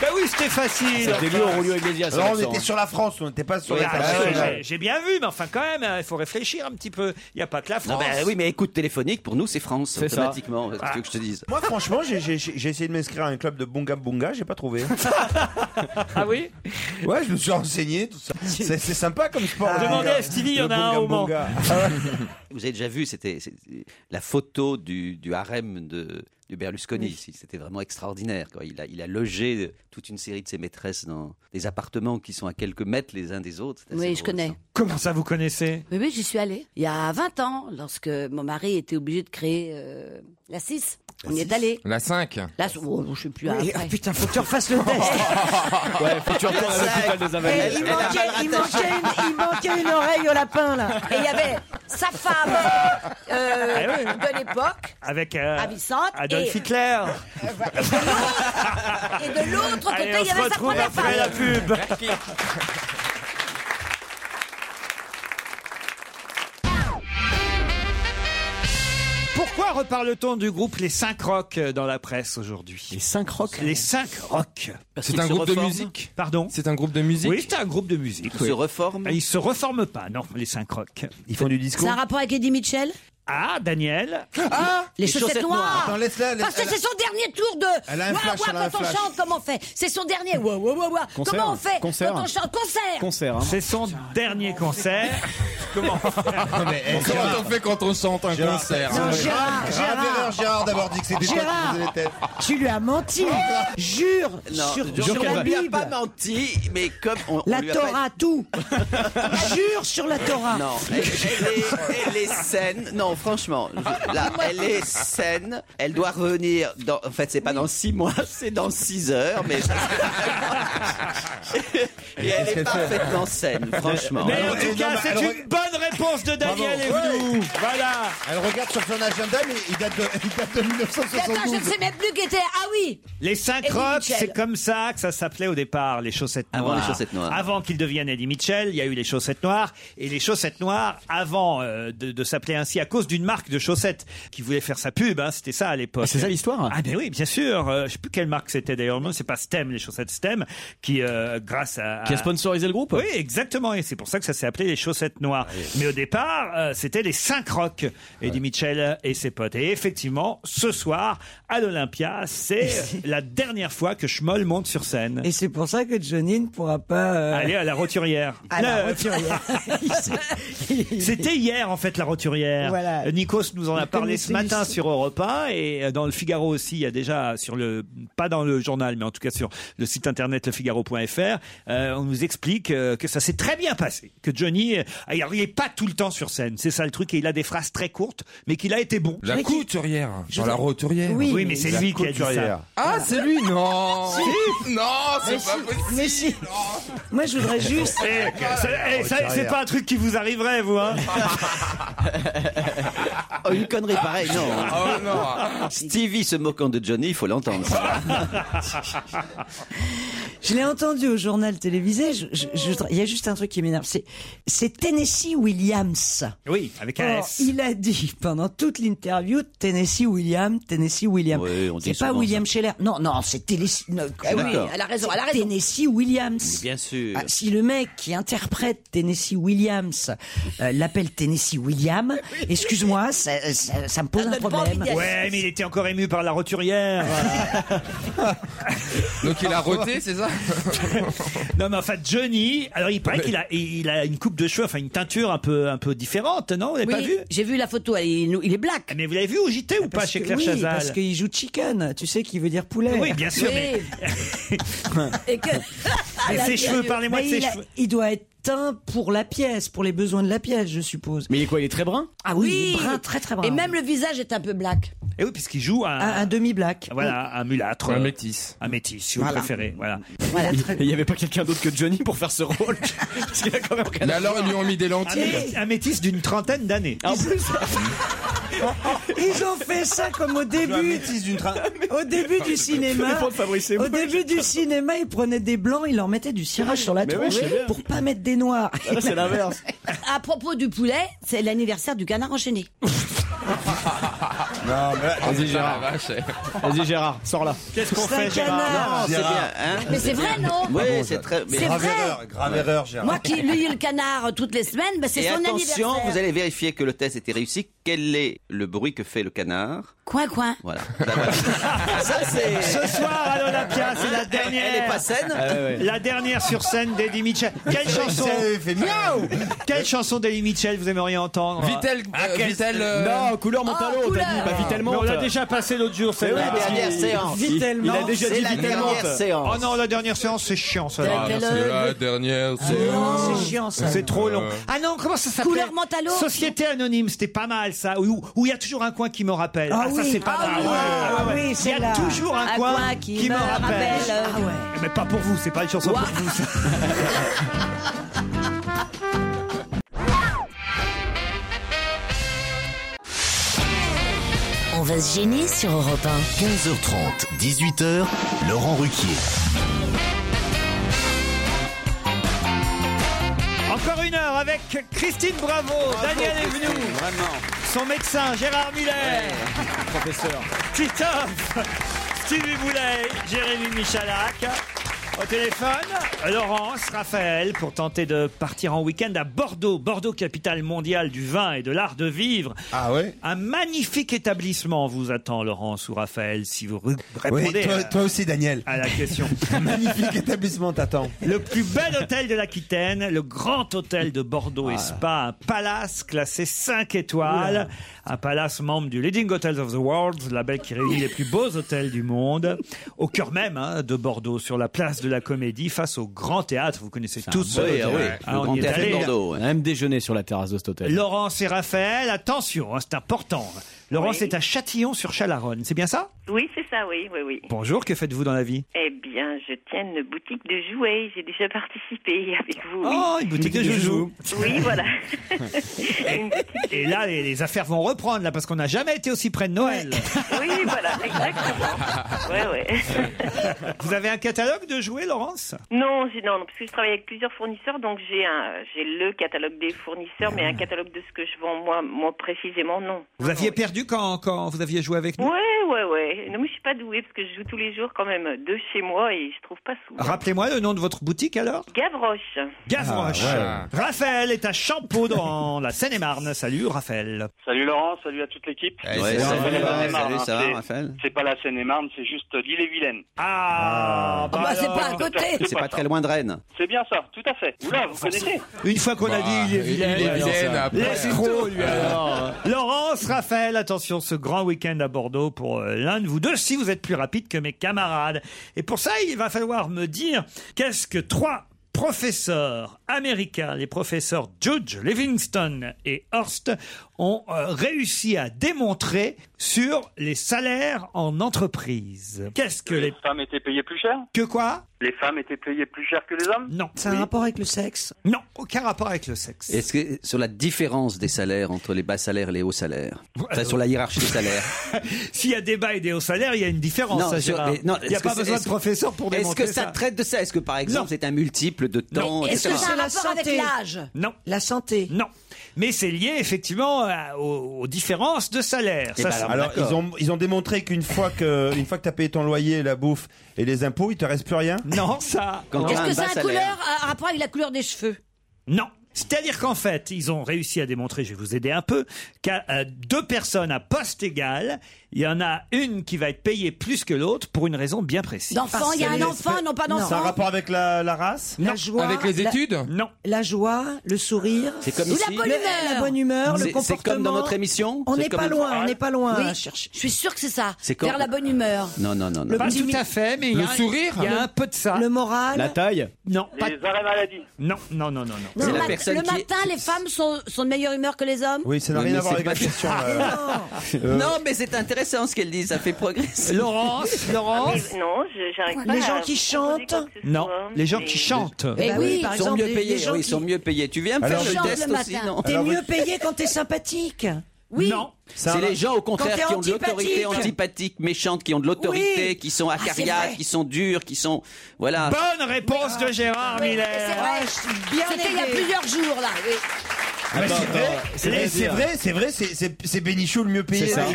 E: Ben oui, c'était facile
H: C'était lui,
E: enfin.
H: Aurelio Iglesias,
J: euh, Alors, on
H: l'accent.
J: était sur la France, on n'était pas sur
E: Oui,
J: la
E: ah,
J: France.
E: j'ai- J'ai bien vu, mais enfin quand même, hein, il faut réfléchir un petit peu. Il n'y a pas que la
O: Non,
E: France.
O: bah, oui, mais écoute téléphonique, pour nous, c'est France,
H: C'est ça.
O: automatiquement. Qu'est-ce que
E: Ah.
O: tu veux que je te dise
J: Moi, franchement, j'ai- j'ai j'ai essayé de m'inscrire à un club de bunga bunga, j'ai pas trouvé.
E: Ah oui
J: Ouais, je me suis renseigné, tout ça. C'est c'est sympa comme sport.
E: Demandez à Stevie, il y en a un au Mans.
J: Ah
O: Vous avez déjà vu, c'était c'est- la photo du, du harem de, de Berlusconi. si, C'était vraiment extraordinaire. quoi. Il, a, il a logé euh, toute une série de ses maîtresses dans des appartements qui sont à quelques mètres les uns des autres. C'est assez
C: Oui, je
O: drôle,
C: connais.
O: ça.
E: Comment ça, Ah, vous connaissez
C: Oui, oui, j'y suis allée. Il y a 20 ans, lorsque mon mari était obligé de créer euh, la 6, on y est allé.
I: La 5.
C: Là, oh, je ne sais plus.
F: Oui,
C: après.
F: ah, putain, faut que tu refasses le test.
H: Ouais, faut que tu retournes à l'hôpital des
F: Eh,
H: Invalides.
F: il, manquait, il manquait une, il manquait une oreille au lapin, là.
C: Et il y avait sa femme euh,
E: Ah oui.
C: de l'époque,
E: Avec
H: Ah.
E: euh,
C: ravissante,
E: Adolf
C: et-
E: Hitler.
C: et de l'autre côté,
E: Allez, on
C: il y
E: se
C: avait sa
E: retrouve
C: première
E: après la
C: femme.
E: pub. Pourquoi reparle-t-on du groupe Les 5 Rocs euh, dans la presse aujourd'hui
H: Les 5 rocs.
E: Les 5 Rocs.
I: C'est un groupe de musique
E: Pardon
I: C'est un groupe de musique
E: Oui, c'est un groupe de musique.
O: Il
E: oui.
O: se reforme.
E: Ils se reforment pas, non, les 5 Rocs.
J: Ils font du
C: C'est
J: discours.
C: un rapport avec Eddie Mitchell
E: Ah, Daniel
J: Ah
C: Les, chaussettes, noires
J: Attends, laisse-la. laisse-
C: Parce que
J: elle a-
C: c'est son dernier tour de.
J: Elle a un
C: Ouah,
J: flash,
C: ouah,
J: elle a un
C: quand on
J: flash.
C: chante, comment on fait C'est son dernier. Ouah, ouah, ouah, ouah.
H: Concert,
C: comment on fait
H: concert.
C: Quand on chante, concert.
H: Concert.
E: C'est son dernier concert. Comment
J: Non, mais, eh,
I: Comment
J: Gérard,
I: on fait quand on chante un
J: Gérard.
I: concert
J: Non,
I: hein
F: Gérard,
J: Gérard Ferrer,
F: Gérard,
J: Gérard d'avoir dit que c'était toi qui
F: Gérard.
J: faisais les têtes.
F: tu lui as menti. Jure sur, sur
O: Jean-Pierre
F: la
O: lui a
F: Bible,
O: pas menti, mais comme on, on
F: la
O: lui a pas-
F: Torah, tout. Jure sur la Torah.
O: Non, elle, elle est, elle est saine. Non, franchement, je- là, elle est saine. Elle doit revenir. Dans, en fait, c'est pas dans six mois, c'est dans six heures. Mais et elle est parfaitement saine, franchement.
E: Mais en
J: Alors,
E: tout
J: et
E: cas,
J: non, mais
E: c'est
J: alors-
E: une bonne réponse de Daniel
J: Bravo.
E: Evenou. Voilà.
J: Elle regarde sur son agenda, mais il date de, il date de
C: Et Attends, je ne
J: 1972.
C: sais même plus qui était. Ah oui
E: Les cinq
C: Eddie
E: rocs,
C: Mitchell.
E: c'est comme ça que ça s'appelait au départ, les chaussettes noires.
O: Avant les chaussettes noires.
E: Avant qu'ils deviennent Eddie Mitchell, il y a eu les chaussettes noires. Et les chaussettes noires, avant euh, de, de s'appeler ainsi, à cause d'une marque de chaussettes qui voulait faire sa pub, hein, c'était ça à l'époque.
H: Ah, c'est ça, l'histoire
E: Ah ben oui, bien sûr. Euh, je sais plus quelle marque c'était d'ailleurs. Non, c'est pas Stem, les chaussettes Stem, qui, euh, grâce à...
H: Qui a
E: à-
H: sponsorisé le groupe
E: oui, exactement, et c'est pour ça que ça s'est appelé les chaussettes noires.
F: Ah,
E: Mais au départ, euh, c'était les cinq rocs, Eddie Mitchell et ses potes. Et effectivement, ce soir, à l'Olympia, c'est la dernière fois que Schmoll monte sur scène.
F: Et c'est pour ça que Johnny ne pourra pas. euh,
E: Allez à la roturière.
F: à la
E: Le-
F: roturière.
E: C'était hier en fait la roturière.
F: Voilà.
E: Euh, Nikos nous en a
F: Nous
E: parlé ce
F: connaissons
E: matin
F: l'histoire.
E: sur Europe 1 et euh, dans le Figaro aussi, il y a déjà sur le pas dans le journal mais en tout cas sur le site internet lefigaro.fr, euh, on nous explique euh, que ça s'est très bien passé, que Johnny euh, alors, il est pas tout le temps sur scène, c'est ça le truc et il a des phrases très courtes mais qu'il a été bon.
I: La couturière. Genre la roturière.
F: Oui.
E: Oui, mais c'est
J: La
E: lui qui a dit
J: couturière.
E: ça.
I: Ah, c'est lui Non Non, c'est pas possible
F: Mais si. Moi, je voudrais juste.
E: Eh, ça- eh, ça- C'est pas un truc qui vous arriverait, vous. Hein
O: Oh, une connerie pareille, non.
I: Oh, non.
O: Stevie se moquant de Johnny, il faut l'entendre. ça.
I: oh,
F: Je l'ai entendu au journal télévisé. je- je- je- Il y a juste un truc qui m'énerve. C'est, c'est Tennessee Williams.
E: Oui, avec un
F: Alors,
E: S.
F: Oh, il a dit pendant toute l'interview Tennessee Williams, Tennessee Williams.
O: on dit
F: c'est pas
O: souvent Eh
F: William Scheller. Non, non, c'est Tennessee. non,
O: suis
F: ah oui,
O: d'accord.
C: elle a raison,
F: c'est
C: elle a raison.
F: Tennessee Williams.
O: Mais bien sûr.
F: Ah, si le mec qui interprète Tennessee Williams euh, l'appelle Tennessee Williams, excuse-moi, ça, ça- ça me
H: Ah,
F: pose un problème.
E: Ouais, mais il était encore ému par la roturière.
I: Donc il a
F: Ah,
I: roté, c'est ça
E: Non, mais enfin, Johnny, alors il paraît
I: Mais-
E: qu'il a, il a une coupe de cheveux, enfin une teinture un peu, un peu différente, non Vous l'avez
C: Oui,
E: pas vu
C: J'ai vu la photo, elle- il, il est black.
E: Mais vous l'avez vu au JT ou pas
F: Ah, Parce
E: chez
F: que-
E: Claire
F: oui,
E: Chazal
F: parce qu'il joue chicken, tu sais qui veut dire poulet.
E: Oui, bien sûr, mais-
C: Et que...
E: Mais
F: Ah,
E: ses
F: la-
E: cheveux,
F: la-
E: parlez-moi de
F: mais
E: ses
F: il a-
E: cheveux.
F: Il doit être teint pour la pièce, pour les besoins de la pièce, je suppose.
H: Mais il est quoi Il est très brun
F: Ah oui, il est brun, très très brun.
C: Et même le visage est un peu black.
E: Et Eh oui, puisqu'il joue un,
F: un, un demi-black.
E: Ah, voilà, un mulâtre.
I: Un
E: euh,
I: métis.
E: Un métis, si vous
F: Voilà.
E: préférez. Voilà.
F: Voilà,
H: Il-
F: très-
H: Il n'y avait pas quelqu'un d'autre que Johnny pour faire ce rôle Parce qu'il a quand même rien
I: Mais
H: à
I: alors ils lui ont mis des
E: Un,
I: lentilles.
E: mé- un métis d'une trentaine d'années.
H: En plus,
F: Ils ont fait ça comme au début.
G: d'une train.
F: Au début du cinéma,
H: dépend de Fabrice et moi.
F: au début du cinéma, ils prenaient des blancs, ils leur mettaient du cirage sur la
H: Mais oui,
F: tronche
H: je sais bien.
F: pour pas mettre des noirs.
E: Ah,
H: là, c'est l'inverse.
C: À propos du poulet, c'est l'anniversaire du canard enchaîné.
G: Non, mais là,
I: Vas-y,
G: c'est
I: Gérard.
H: Vas-y Gérard, sors là.
E: Qu'est-ce qu'on
F: C'est un
E: fait, Gérard
F: canard.
O: Non, c'est
G: Gérard.
O: bien, hein
C: Mais c'est vrai, non
O: Oui, c'est très. mais-
C: C'est
G: grave
C: vrai.
G: erreur, grave erreur,
E: Ah.
G: Gérard.
C: Moi qui lui le canard euh, toutes les semaines, bah, c'est
O: Et
C: son
O: attention,
C: anniversaire.
O: vous allez vérifier que le test était réussi. Quel est le bruit que fait le canard
C: Coin, coin.
O: Voilà. Bah, voilà. Ça, c'est.
E: Ce soir à l'Olympia, c'est la dernière. Ah
O: Elle est pas saine
E: La dernière sur scène d'Eddie Mitchell. Quelle chanson
G: Il fait miaou
E: Quelle chanson d'Eddie Mitchell vous aimeriez entendre Ah,
I: Vitel, euh, Vitel, euh, Bah,
H: Non, couleur Montalo,
C: Oh,
H: t'as dit.
C: couleur.
H: Pas
E: Mais
H: vitellement.
E: on l'a déjà passé l'autre jour,
H: Mais oui,
E: celle-là.
H: parce
O: La dernière
H: qu'il-
O: séance.
H: il- Il a déjà
O: C'est
H: dit
O: la
H: vitellement.
O: dernière
E: Oh
O: séance.
E: non, la dernière séance, c'est chiant, ça.
I: Ah,
C: Vitel,
I: c'est
C: euh,
I: la dernière.
F: Ah.
I: c'est-
F: Non, c'est chiant ça.
E: C'est trop long.
I: Euh.
E: Ah non, comment ça s'appelle
C: Couleur Mentalo
E: Société anonyme, c'était pas mal ça. Où où il y a toujours un coin qui me rappelle.
F: Ah
E: ça
F: oui.
E: c'est pas
F: Ah
E: mal.
F: oui. Ah oui,
E: Il y a
F: celle-là.
E: toujours un,
C: Un
E: coin,
C: coin qui me rappelle.
F: Ah ouais.
E: Mais pas pour vous, c'est pas une chanson pour vous. ça.
N: On va se gêner sur Europe
D: 15h30, 18h, Laurent Ruquier.
E: Encore une heure avec Christine Bravo, Daniel Evenou,
O: Vraiment.
E: son médecin Gérard Miller,
H: Professeur.
E: Titoff, Stevie Boulet, Jérémy Michalak. Au téléphone, Laurence, Raphaël, pour tenter de partir en week-end à Bordeaux, Bordeaux, capitale mondiale du vin et de l'art de vivre.
G: Ah ouais
E: Un magnifique établissement vous attend, Laurence ou Raphaël, si vous r-
G: Oui,
E: répondez
G: toi,
E: à-
G: toi aussi, Daniel.
E: à la question.
G: Magnifique établissement t'attend.
E: Le plus bel hôtel de l'Aquitaine, le grand hôtel de Bordeaux et Spa, un palace classé 5 étoiles, un palace membre du Leading Hotels of the World, label qui réunit les plus beaux hôtels du monde, au cœur même hein, de Bordeaux, sur la place de la Comédie, face au Grand Théâtre. Vous connaissez tous ce
O: Oui,
E: hôtel.
O: ah oui.
E: Ah,
O: Le
E: on
O: grand
E: y est
O: théâtre de
E: allé.
O: Bordeaux.
H: On
O: ouais.
H: a même déjeuné sur la terrasse de cet hôtel.
E: Laurence et Raphaël, attention, hein, c'est important. Laurence
K: Oui.
E: est à Châtillon-sur-Chalaronne, c'est bien ça
K: Oui, c'est ça, oui, oui, oui.
E: Bonjour, que faites-vous dans la vie
K: Eh bien, je tiens une boutique de jouets. J'ai déjà participé avec vous. oui.
E: Oh, une boutique de joujoux.
K: Oui, voilà. Une boutique de-
E: Et là, les, les affaires vont reprendre, là, parce qu'on n'a jamais été aussi près de Noël.
K: Oui, voilà, exactement. Ouais, ouais.
E: Vous avez un catalogue de jouets, Laurence
K: Non, j'ai- non, non, parce que je travaille avec plusieurs fournisseurs, donc j'ai un, j'ai le catalogue des fournisseurs, mais un catalogue de ce que je vends moi, moi précisément, non.
E: Vous aviez
K: perdu
E: perdu quand, quand vous aviez joué avec nous
K: Ouais, ouais, ouais. Non, mais je suis pas douée parce que je joue tous les jours quand même de chez moi et je trouve pas souvent.
E: Rappelez-moi le nom de votre boutique alors
K: Gavroche.
E: Gavroche.
I: Ah,
E: Raphaël est à Champeau dans la Seine-et-Marne. Salut Raphaël.
P: Salut Laurent, salut à toute l'équipe.
O: Ouais,
G: c'est
O: salut,
G: vrai,
O: Laurent.
G: ouais,
O: Salut, ça va,
P: c'est-
O: Raphaël
P: C'est pas la Seine-et-Marne, c'est juste l'île-et-Vilaine.
E: Ah,
C: Ah
E: bah
C: bah, c'est
E: alors.
C: pas à côté.
O: C'est pas très loin de Rennes.
P: C'est bien ça, tout à fait. Oula, vous connaissez
E: Une fois qu'on a dit Bah, il est vilain.
I: Il est vilaine, après.
E: L'escroc, lui, alors. Laurence, Raphaël, attention, ce grand week-end à Bordeaux pour euh, l'un de vous deux, si vous êtes plus rapide que mes camarades. Et pour ça, il va falloir me dire qu'est-ce que trois professeurs américains, les professeurs Judge, Livingston et Horst, ont euh, réussi à démontrer sur les salaires en entreprise. Qu'est-ce que les...
P: Les femmes étaient payées plus cher
E: Que quoi
P: Les femmes étaient payées plus cher que les hommes
E: Non.
F: Ça a un rapport avec le sexe
E: Non, aucun rapport avec le sexe.
O: Est-ce que sur la différence des salaires entre les bas salaires et les hauts salaires Enfin, sur la hiérarchie des salaires.
E: S'il y a débat et des hauts salaires, il y a une différence.
O: Non,
E: ça,
O: sur-
E: Gérard.
O: mais non,
E: il n'y a
O: est-ce que
E: pas
O: c'est-
E: besoin de
O: est-ce-
E: professeur pour
O: Est-ce
E: démontrer
O: que ça traite de ça Est-ce que par exemple c'est un multiple de temps
C: Est-ce
O: etc.
C: que ça a un rapport avec l'âge
E: Non.
F: La santé
E: Non. Mais c'est lié effectivement à- aux, aux différences de salaire.
J: Eh
E: Ça,
J: ben
E: c'est-
J: alors, alors, ils ont ils ont démontré qu'une fois que une fois que t'as payé ton loyer, la bouffe et les impôts, il te reste plus rien.
E: Non Ah, ça.
C: Est-ce que ça a un couleur, un rapport avec la couleur des cheveux
E: Non. C'est-à-dire qu'en fait, ils ont réussi à démontrer, je vais vous aider un peu, qu'à euh, deux personnes à poste égal, il y en a une qui va être payée plus que l'autre pour une raison bien précise.
C: D'enfant, il y a un enfant, non pas d'enfant.
J: Ça a un rapport avec la, la race
E: Non.
J: Non.
F: La joie, le sourire.
J: C'est comme Ou la ici. bonne
F: Le-
J: humeur.
F: La bonne humeur, le
O: C'est- c'est
F: comportement.
O: comme dans notre émission
F: On
O: C'est
F: n'est
O: comme
F: pas
O: le-
F: loin, on n'est pas loin.
C: Oui,
F: à
C: je
F: chercher.
C: suis sûr que c'est ça.
O: C'est quand-
C: Vers la bonne humeur.
O: Non, non, non. non.
E: Pas tout à fait, mais il y a
O: Le
E: un-
O: sourire
E: il y a un peu de ça.
F: Le moral.
O: La taille
E: Non.
P: Les arrêts maladie
E: Non, non, non, non, non.
C: Non, le, mat- le matin, les femmes sont, sont de meilleure humeur que les hommes
J: Oui, ça n'a
O: Oui,
J: rien
O: mais
J: à voir
O: c'est
J: avec la
O: pas-
J: question.
O: Euh, Non, mais c'est intéressant ce qu'elle dit, ça fait progresser.
E: Laurence, Laurence.
K: Ah. Non, je- j'arrive pas
F: Les
K: à
F: gens
K: vous
F: qui
K: proposer
F: chantent.
K: quoi que ce
E: Non,
K: soit,
E: les gens qui
K: mais-
E: chantent.
F: Eh
O: bah
F: ben oui, par
O: ils sont
F: exemple,
O: mieux
F: les-
O: payés.
F: les gens
O: oui, ils sont mieux payés. Tu viens me faire
J: Alors,
O: le
J: chantent
O: test
C: le
O: aussi,
C: matin.
O: non
F: T'es
J: Alors,
F: mieux
J: vous-
F: payé quand t'es sympathique.
C: Oui.
E: Non.
O: C'est les gens au contraire
F: Quand t'es
O: qui ont de l'autorité
F: antipathique.
O: antipathique, méchante, qui ont de l'autorité,
F: Oui.
O: qui sont
F: c'est
O: acariates,
F: vrai.
O: qui sont dures, qui sont voilà.
E: Bonne réponse de Gérard
C: C'est
E: Miller. Ah,
C: vrai.
F: Ouais, je suis bien
C: C'était il y a
F: aidée.
C: plusieurs jours, là. oui.
J: Ah,
C: bah,
J: mais c'est vrai,
H: c'est vrai,
J: c'est- c'est vrai, c'est vrai, c'est- c'est c'est Bénichou le mieux payé.
H: C'est ça.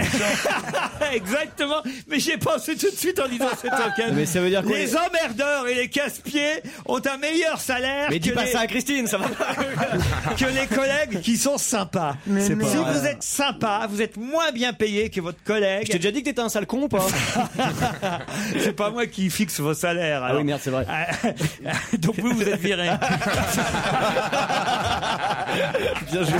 E: Exactement. Mais j'ai pensé tout de suite en disant cette occasion.
H: Mais ça veut dire quoi,
E: Les
H: les-
E: emmerdeurs et les casse-pieds ont un meilleur salaire
H: Mais
E: que,
H: dis pas
E: les...
H: ça à Christine, ça va pas.
E: que les collègues qui sont sympas.
H: C'est pas
E: si
H: vrai.
E: vous êtes sympa, vous êtes moins bien payé que votre
H: Je t'ai
E: collègue.
H: déjà dit que t'étais un sale con ou pas
E: C'est pas moi qui fixe vos salaires.
H: Ah
E: alors.
H: oui, merde, c'est vrai.
E: Ah, Donc vous, vous êtes viré.
H: Bien joué.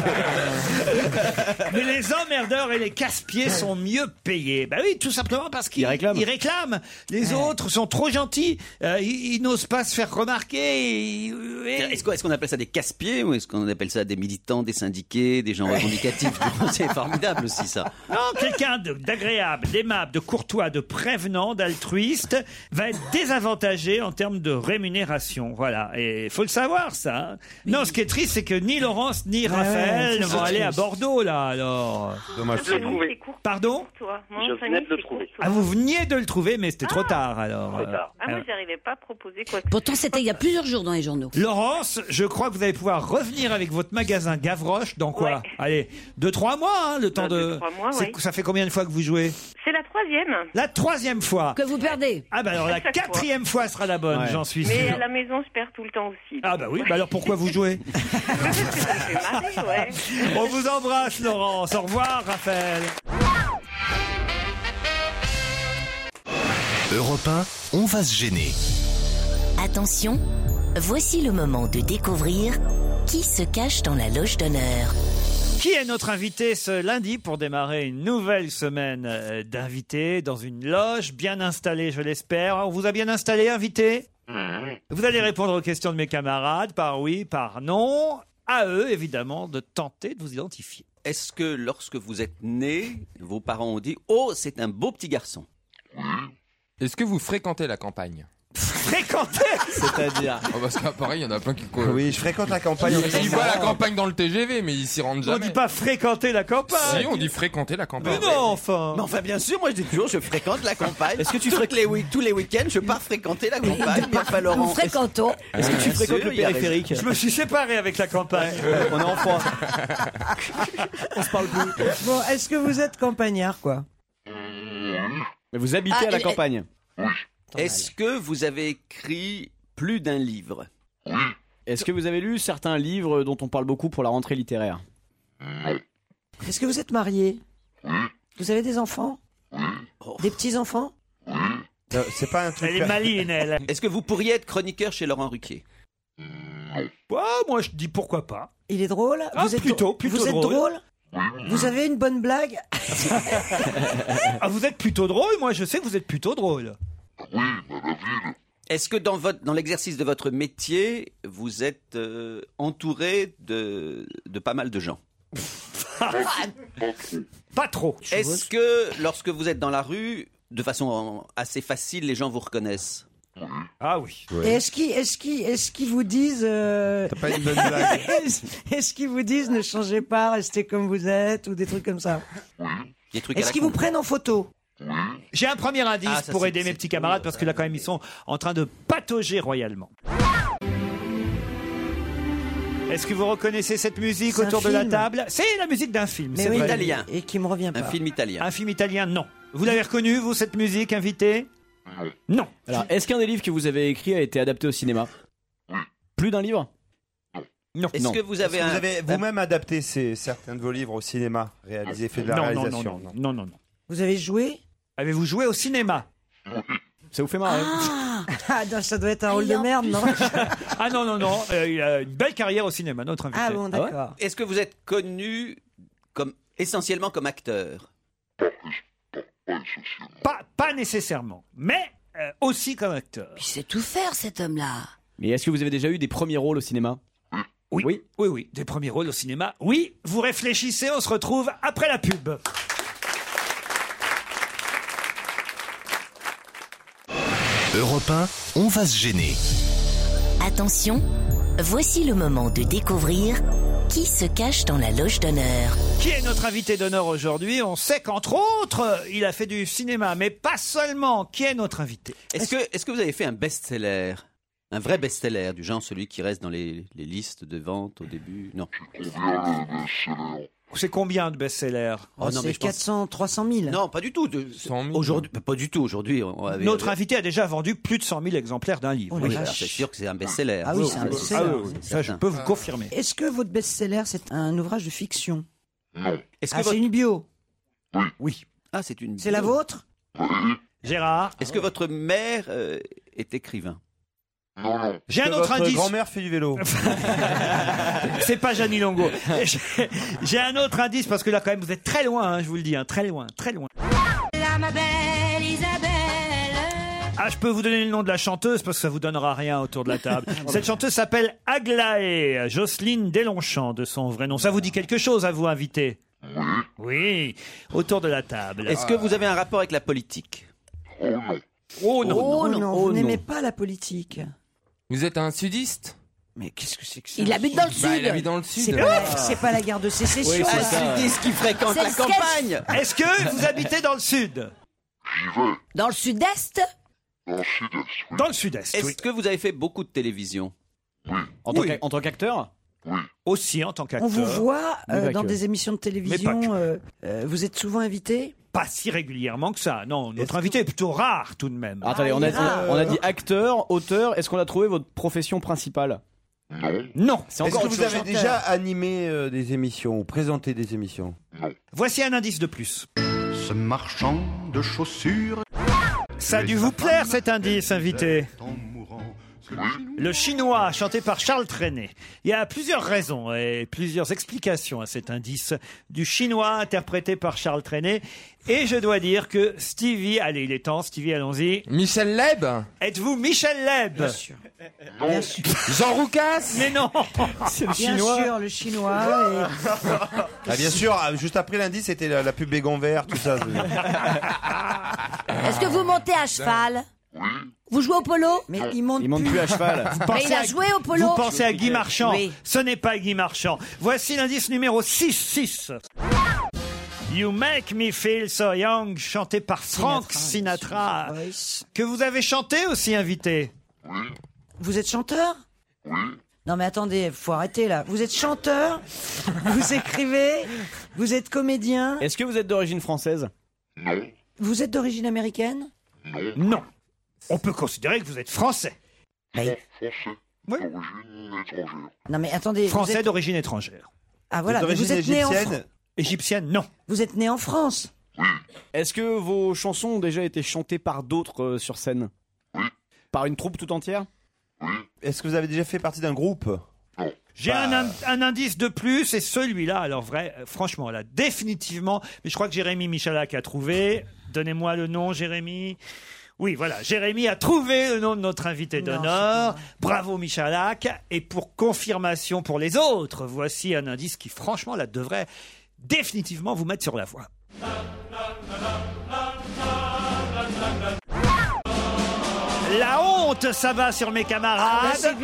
E: Mais les emmerdeurs et les casse-pieds sont mieux payés. Bah oui, tout simplement parce qu'ils
H: Ils réclament.
E: ils réclament. Les autres sont trop gentils. euh, ils ils n'osent pas se faire remarquer. et- et-
O: Est-ce qu'on est-ce qu'on appelle ça des casse-pieds ou est-ce qu'on appelle ça des militants, des syndiqués, des gens revendicatifs C'est formidable aussi ça.
E: Non, quelqu'un de- d'agréable, d'aimable, de courtois, de prévenant, d'altruiste va être désavantagé en termes de rémunération. Voilà. Et faut le savoir, ça. hein. Non, ce qui est triste, c'est que ni Laurence ni Raphaël
F: ouais,
E: ne
F: ça,
E: vont
F: c'est
E: aller à
F: triste.
E: Bordeaux, là, alors.
J: Dommage.
P: Je l'ai trouvé.
K: court
E: Pardon
K: pour toi.
P: Je
K: Mon
P: venais
K: famille,
P: de le
K: c'est
P: trouver.
K: court pour
E: Ah, vous veniez de le trouver, mais c'était trop tard, alors.
P: Trop tard.
K: Ah,
E: Euh,
K: moi, j'arrivais pas à proposer quoi que
C: Pourtant, c'était il y a plusieurs jours dans les journaux.
E: Laurence, je crois que vous allez pouvoir revenir avec votre magasin Gavroche dans quoi
K: Ouais. Bah,
E: Allez, deux, trois mois, hein, le temps de...
K: deux, trois mois,
E: C'est-
K: ouais.
E: Ça fait combien de fois que vous jouez
K: C'est la troisième.
E: La troisième fois
C: Que vous perdez.
E: Ah bah alors
K: À
E: la
K: chaque fois.
E: quatrième fois sera la bonne, j'en suis sûr.
K: Mais à la maison, je perds tout le temps aussi.
E: Ah bah oui, bah alors pourquoi vous jouez
K: Ça me fait marrer, ouais.
E: On vous embrasse Laurence, au revoir Raphaël.
D: Europe 1, on va se gêner.
N: Attention, voici le moment de découvrir qui se cache dans la loge d'honneur.
E: Qui est notre invité ce lundi pour démarrer une nouvelle semaine euh, d'invités dans une loge bien installée, je l'espère. On vous a bien installé, invité Vous allez répondre aux questions de mes camarades par oui, par non. À eux, évidemment, de tenter de vous identifier.
O: Est-ce que lorsque vous êtes né, vos parents ont dit "Oh, c'est un beau petit garçon"
I: Est-ce que vous fréquentez la campagne
E: Fréquentez
O: C'est-à-dire
I: oh, Parce qu'à Paris, il y en a plein qui.
J: Oui, je fréquente la campagne.
I: Ils voient la campagne dans le TGV, mais ils s'y rendent
E: On
I: jamais.
E: dit pas fréquenter la campagne
I: Si, on dit fréquenter la
E: Mais
I: campagne.
E: non, enfin
O: Mais enfin, bien sûr, moi je dis toujours, je fréquente la campagne.
H: Est-ce que tu
O: Toutes
H: fréquentes-
O: les week- tous les week-ends, je pars fréquenter la campagne, bien pas
C: Nous
O: Laurent.
C: fréquentons.
E: Ah,
H: Est-ce que tu
O: Ah, Bien
H: fréquentes
O: sûr,
H: le
O: il a
H: périphérique
E: Je me suis séparé avec la campagne.
H: On est en froid. On se parle plus.
F: Bon, est-ce que vous êtes campagnard, quoi
H: Mais vous habitez
C: Ah,
H: à la
C: et-
H: campagne.
O: Est-ce que vous avez écrit plus d'un livre
H: Est-ce que vous avez lu certains livres dont on parle beaucoup pour la rentrée littéraire
F: Est-ce que vous êtes marié Vous avez des enfants Des petits-enfants
J: Non, C'est pas un truc.
E: Elle est maline, elle.
O: Est-ce que vous pourriez être chroniqueur chez Laurent Ruquier
E: Ouais, moi je dis pourquoi pas.
F: Il est drôle
E: Ah,
F: Vous êtes
E: plutôt, plutôt
F: vous êtes
E: drôle.
F: Vous avez une bonne blague
E: Ah, vous êtes plutôt drôle, moi je sais que vous êtes plutôt drôle.
O: Est-ce que dans, votre, dans l'exercice de votre métier, vous êtes euh, entouré de, de pas mal de gens
E: Pas trop.
O: Est-ce que lorsque vous êtes dans la rue, de façon assez facile, les gens vous reconnaissent
E: Ah oui.
F: Et Est-ce qu'ils est-ce qu'ils- est-ce qu'ils vous disent euh,
O: T'as pas une bonne blague.
F: Est-ce- Est-ce qu'ils vous disent ne changez pas, restez comme vous êtes ou des trucs comme ça
O: Des trucs à
F: Est-ce
O: la
F: qu'ils
O: con.
F: vous prennent en photo
E: J'ai un premier indice
O: Ah, ça,
E: pour
O: c'est-
E: aider mes petits camarades parce que là quand même ils sont en train de patauger royalement. Est-ce que vous reconnaissez cette musique
F: C'est un
E: autour de la
F: film.
E: table C'est la musique d'un film,
F: Mais
E: c'est
F: oui,
E: vrai.
F: italien. Et qui me revient pas.
O: italien.
E: Un film italien, non. Vous l'avez reconnu, vous, cette musique, invité Non.
H: Alors, est-ce qu'un des livres que vous avez écrit a été adapté au cinéma Plus d'un livre
O: Non.
H: Est-ce que vous avez
J: Est-ce que
H: un-
J: vous même adapté ces- certains de vos livres au cinéma, réalisé, fait de la
E: Non, non, non,
J: réalisation
E: non, non, non,
F: Vous avez joué
E: Avez-vous joué au cinéma Ça vous fait marrer
F: Ah, Ah, non, ça doit être un rôle de merde, non
E: Ah non, non, non. euh, il a une belle carrière au cinéma, notre invité.
F: Ah bon, d'accord.
O: Est-ce que vous êtes connu comme essentiellement comme acteur
E: pas, pas nécessairement, mais euh, aussi comme acteur.
C: Il sait tout faire, cet homme-là.
H: Mais est-ce que vous avez déjà eu des premiers rôles au cinéma
E: Oui. oui. Oui, oui, des premiers rôles au cinéma. Oui, vous réfléchissez, on se retrouve après la pub.
D: Europe 1, on va se gêner.
N: Attention, voici le moment de découvrir qui se cache dans la loge d'honneur.
E: Qui est notre invité d'honneur aujourd'hui On sait qu'entre autres, il a fait du cinéma, mais pas seulement. Qui est notre invité
O: Est-ce que est-ce que vous avez fait un best-seller un vrai best-seller du genre celui qui reste dans les, les listes de vente au début Non.
E: C'est combien de best-sellers
O: Oh non, mais je pense-
F: 400, 300 000.
O: Non, pas du tout. de- Aujourd'hui, pas du tout. Aujourd'hui, on avait-
E: Notre invité a déjà vendu plus de 100 000 exemplaires d'un
C: Oh,
E: livre.
O: Oui, alors, c'est sûr que c'est un best-seller.
F: Ah oui, c'est un
O: Ah
F: best-seller.
O: oui, oui,
E: Ça, je
O: certain.
E: peux vous confirmer.
F: Est-ce que votre best-seller, c'est un ouvrage de fiction
O: Est-ce
F: Ah,
O: que
F: c'est
O: votre-
F: une bio
E: Oui.
O: Ah, c'est une.
F: C'est la vôtre
E: Gérard.
O: Est-ce que votre mère euh, est écrivain
E: J'ai un
J: Que
E: autre
J: votre
E: indice.
J: grand-mère fait du vélo.
E: C'est pas Gianni Longo. J'ai- J'ai un autre indice parce que là, quand même, vous êtes très loin, hein, je vous le dis, hein, très loin, très loin.
Q: Là, ma belle Isabelle.
E: Ah, je peux vous donner le nom de la chanteuse parce que ça vous donnera rien autour de la table. Cette chanteuse s'appelle Aglaé, Jocelyne Delonchamp de son vrai nom. Ça vous dit quelque chose à vous inviter Oui, autour de la table.
O: Est-ce que vous avez un rapport avec la politique
E: Oh non,
F: Oh
E: non,
F: non,
E: oh
F: vous
E: non.
F: n'aimez pas la politique.
I: Vous êtes un sudiste
F: Mais qu'est-ce que c'est que ça
I: Il habite dans le Bah, il sud. habite dans le sud. Ah.
F: C'est pas, c'est pas la guerre de sécession.
I: Oui, c'est ça.
F: qui fréquente
C: C'est la le sketch. campagne.
E: Est-ce que vous habitez dans le sud
C: Dans le sud-est
E: Dans le sud-est.
O: Est-ce que vous avez fait beaucoup de télévision
H: En tant qu'ac- en tant qu'acteur
E: Aussi en tant
F: On vous voit euh, dans des émissions
E: émissions
F: de
E: Mais pas
F: télévision. euh, euh, vous êtes souvent invité
E: Pas si régulièrement que ça. Non, notre invité est plutôt rare tout de même.
H: Alors, Ah, Attendez, on a, on
F: Ah,
H: a- on a dit acteur, auteur. Est-ce qu'on a trouvé votre profession principale
E: Non.
H: C'est encore
J: Est-ce que
H: autre
J: vous
H: chose.
J: avez déjà animé euh, des émissions ou présenté des émissions
E: Voici un indice de plus.
D: Ce marchand de chaussures.
E: Ça a dû vous plaire cet indice, invité. Le chinois, chanté par Charles Trenet. Il y a plusieurs raisons et plusieurs explications à cet indice du chinois interprété par Charles Trenet. Et je dois dire que Stevie, allez, il est temps, Stevie, allons-y.
I: Michel Leb
E: Êtes-vous Michel Leb
I: Bien sûr. Jean Roucas
E: Mais non
J: C'est
F: Bien sûr, le chinois.
J: Ah, bien sûr, ah, juste après lundi, c'était la, la pub Bégon Vert, tout ça.
C: Est-ce que vous montez à cheval Vous jouez au polo
F: Mais il monte,
J: Il monte plus à cheval.
E: Vous
C: Mais
E: pensez
C: il a
E: à-
C: joué au polo
E: Vous pensez à Guy Marchand.
C: Oui.
E: Ce n'est pas Guy Marchand. Voici l'indice numéro 6-6. You Make Me Feel So Young, chanté par Frank Sinatra, que vous avez chanté aussi, invité.
F: Vous êtes chanteur Non mais attendez, faut arrêter là. Vous êtes chanteur, vous écrivez, vous êtes comédien,
H: Est-ce que vous êtes d'origine française
F: vous êtes d'origine américaine
E: Non. On peut considérer que vous êtes français.
L: Français.
E: Oui.
L: D'origine étrangère.
F: Non mais attendez. vous
E: Français
F: êtes-
E: d'origine étrangère.
F: Ah voilà, mais vous êtes né en Fran-
E: Égyptienne, non.
F: Vous êtes né en France.
H: Est-ce que vos chansons ont déjà été chantées par d'autres euh, sur scène Par une troupe tout entière
J: Est-ce que vous avez déjà fait partie d'un groupe
E: J'ai un,
J: Bah.
E: in- un indice de plus, et celui-là, alors vrai, euh, franchement, là, définitivement, mais je crois que Jérémy Michalak a trouvé. Donnez-moi le nom, Jérémy. Oui, voilà, Jérémy a trouvé le nom de notre invité d'honneur. Bravo Michalak. Et pour confirmation pour les autres, voici un indice qui, franchement, là, devrait définitivement vous mettre sur la voie. La honte s'abat sur mes
F: Ah,
E: camarades.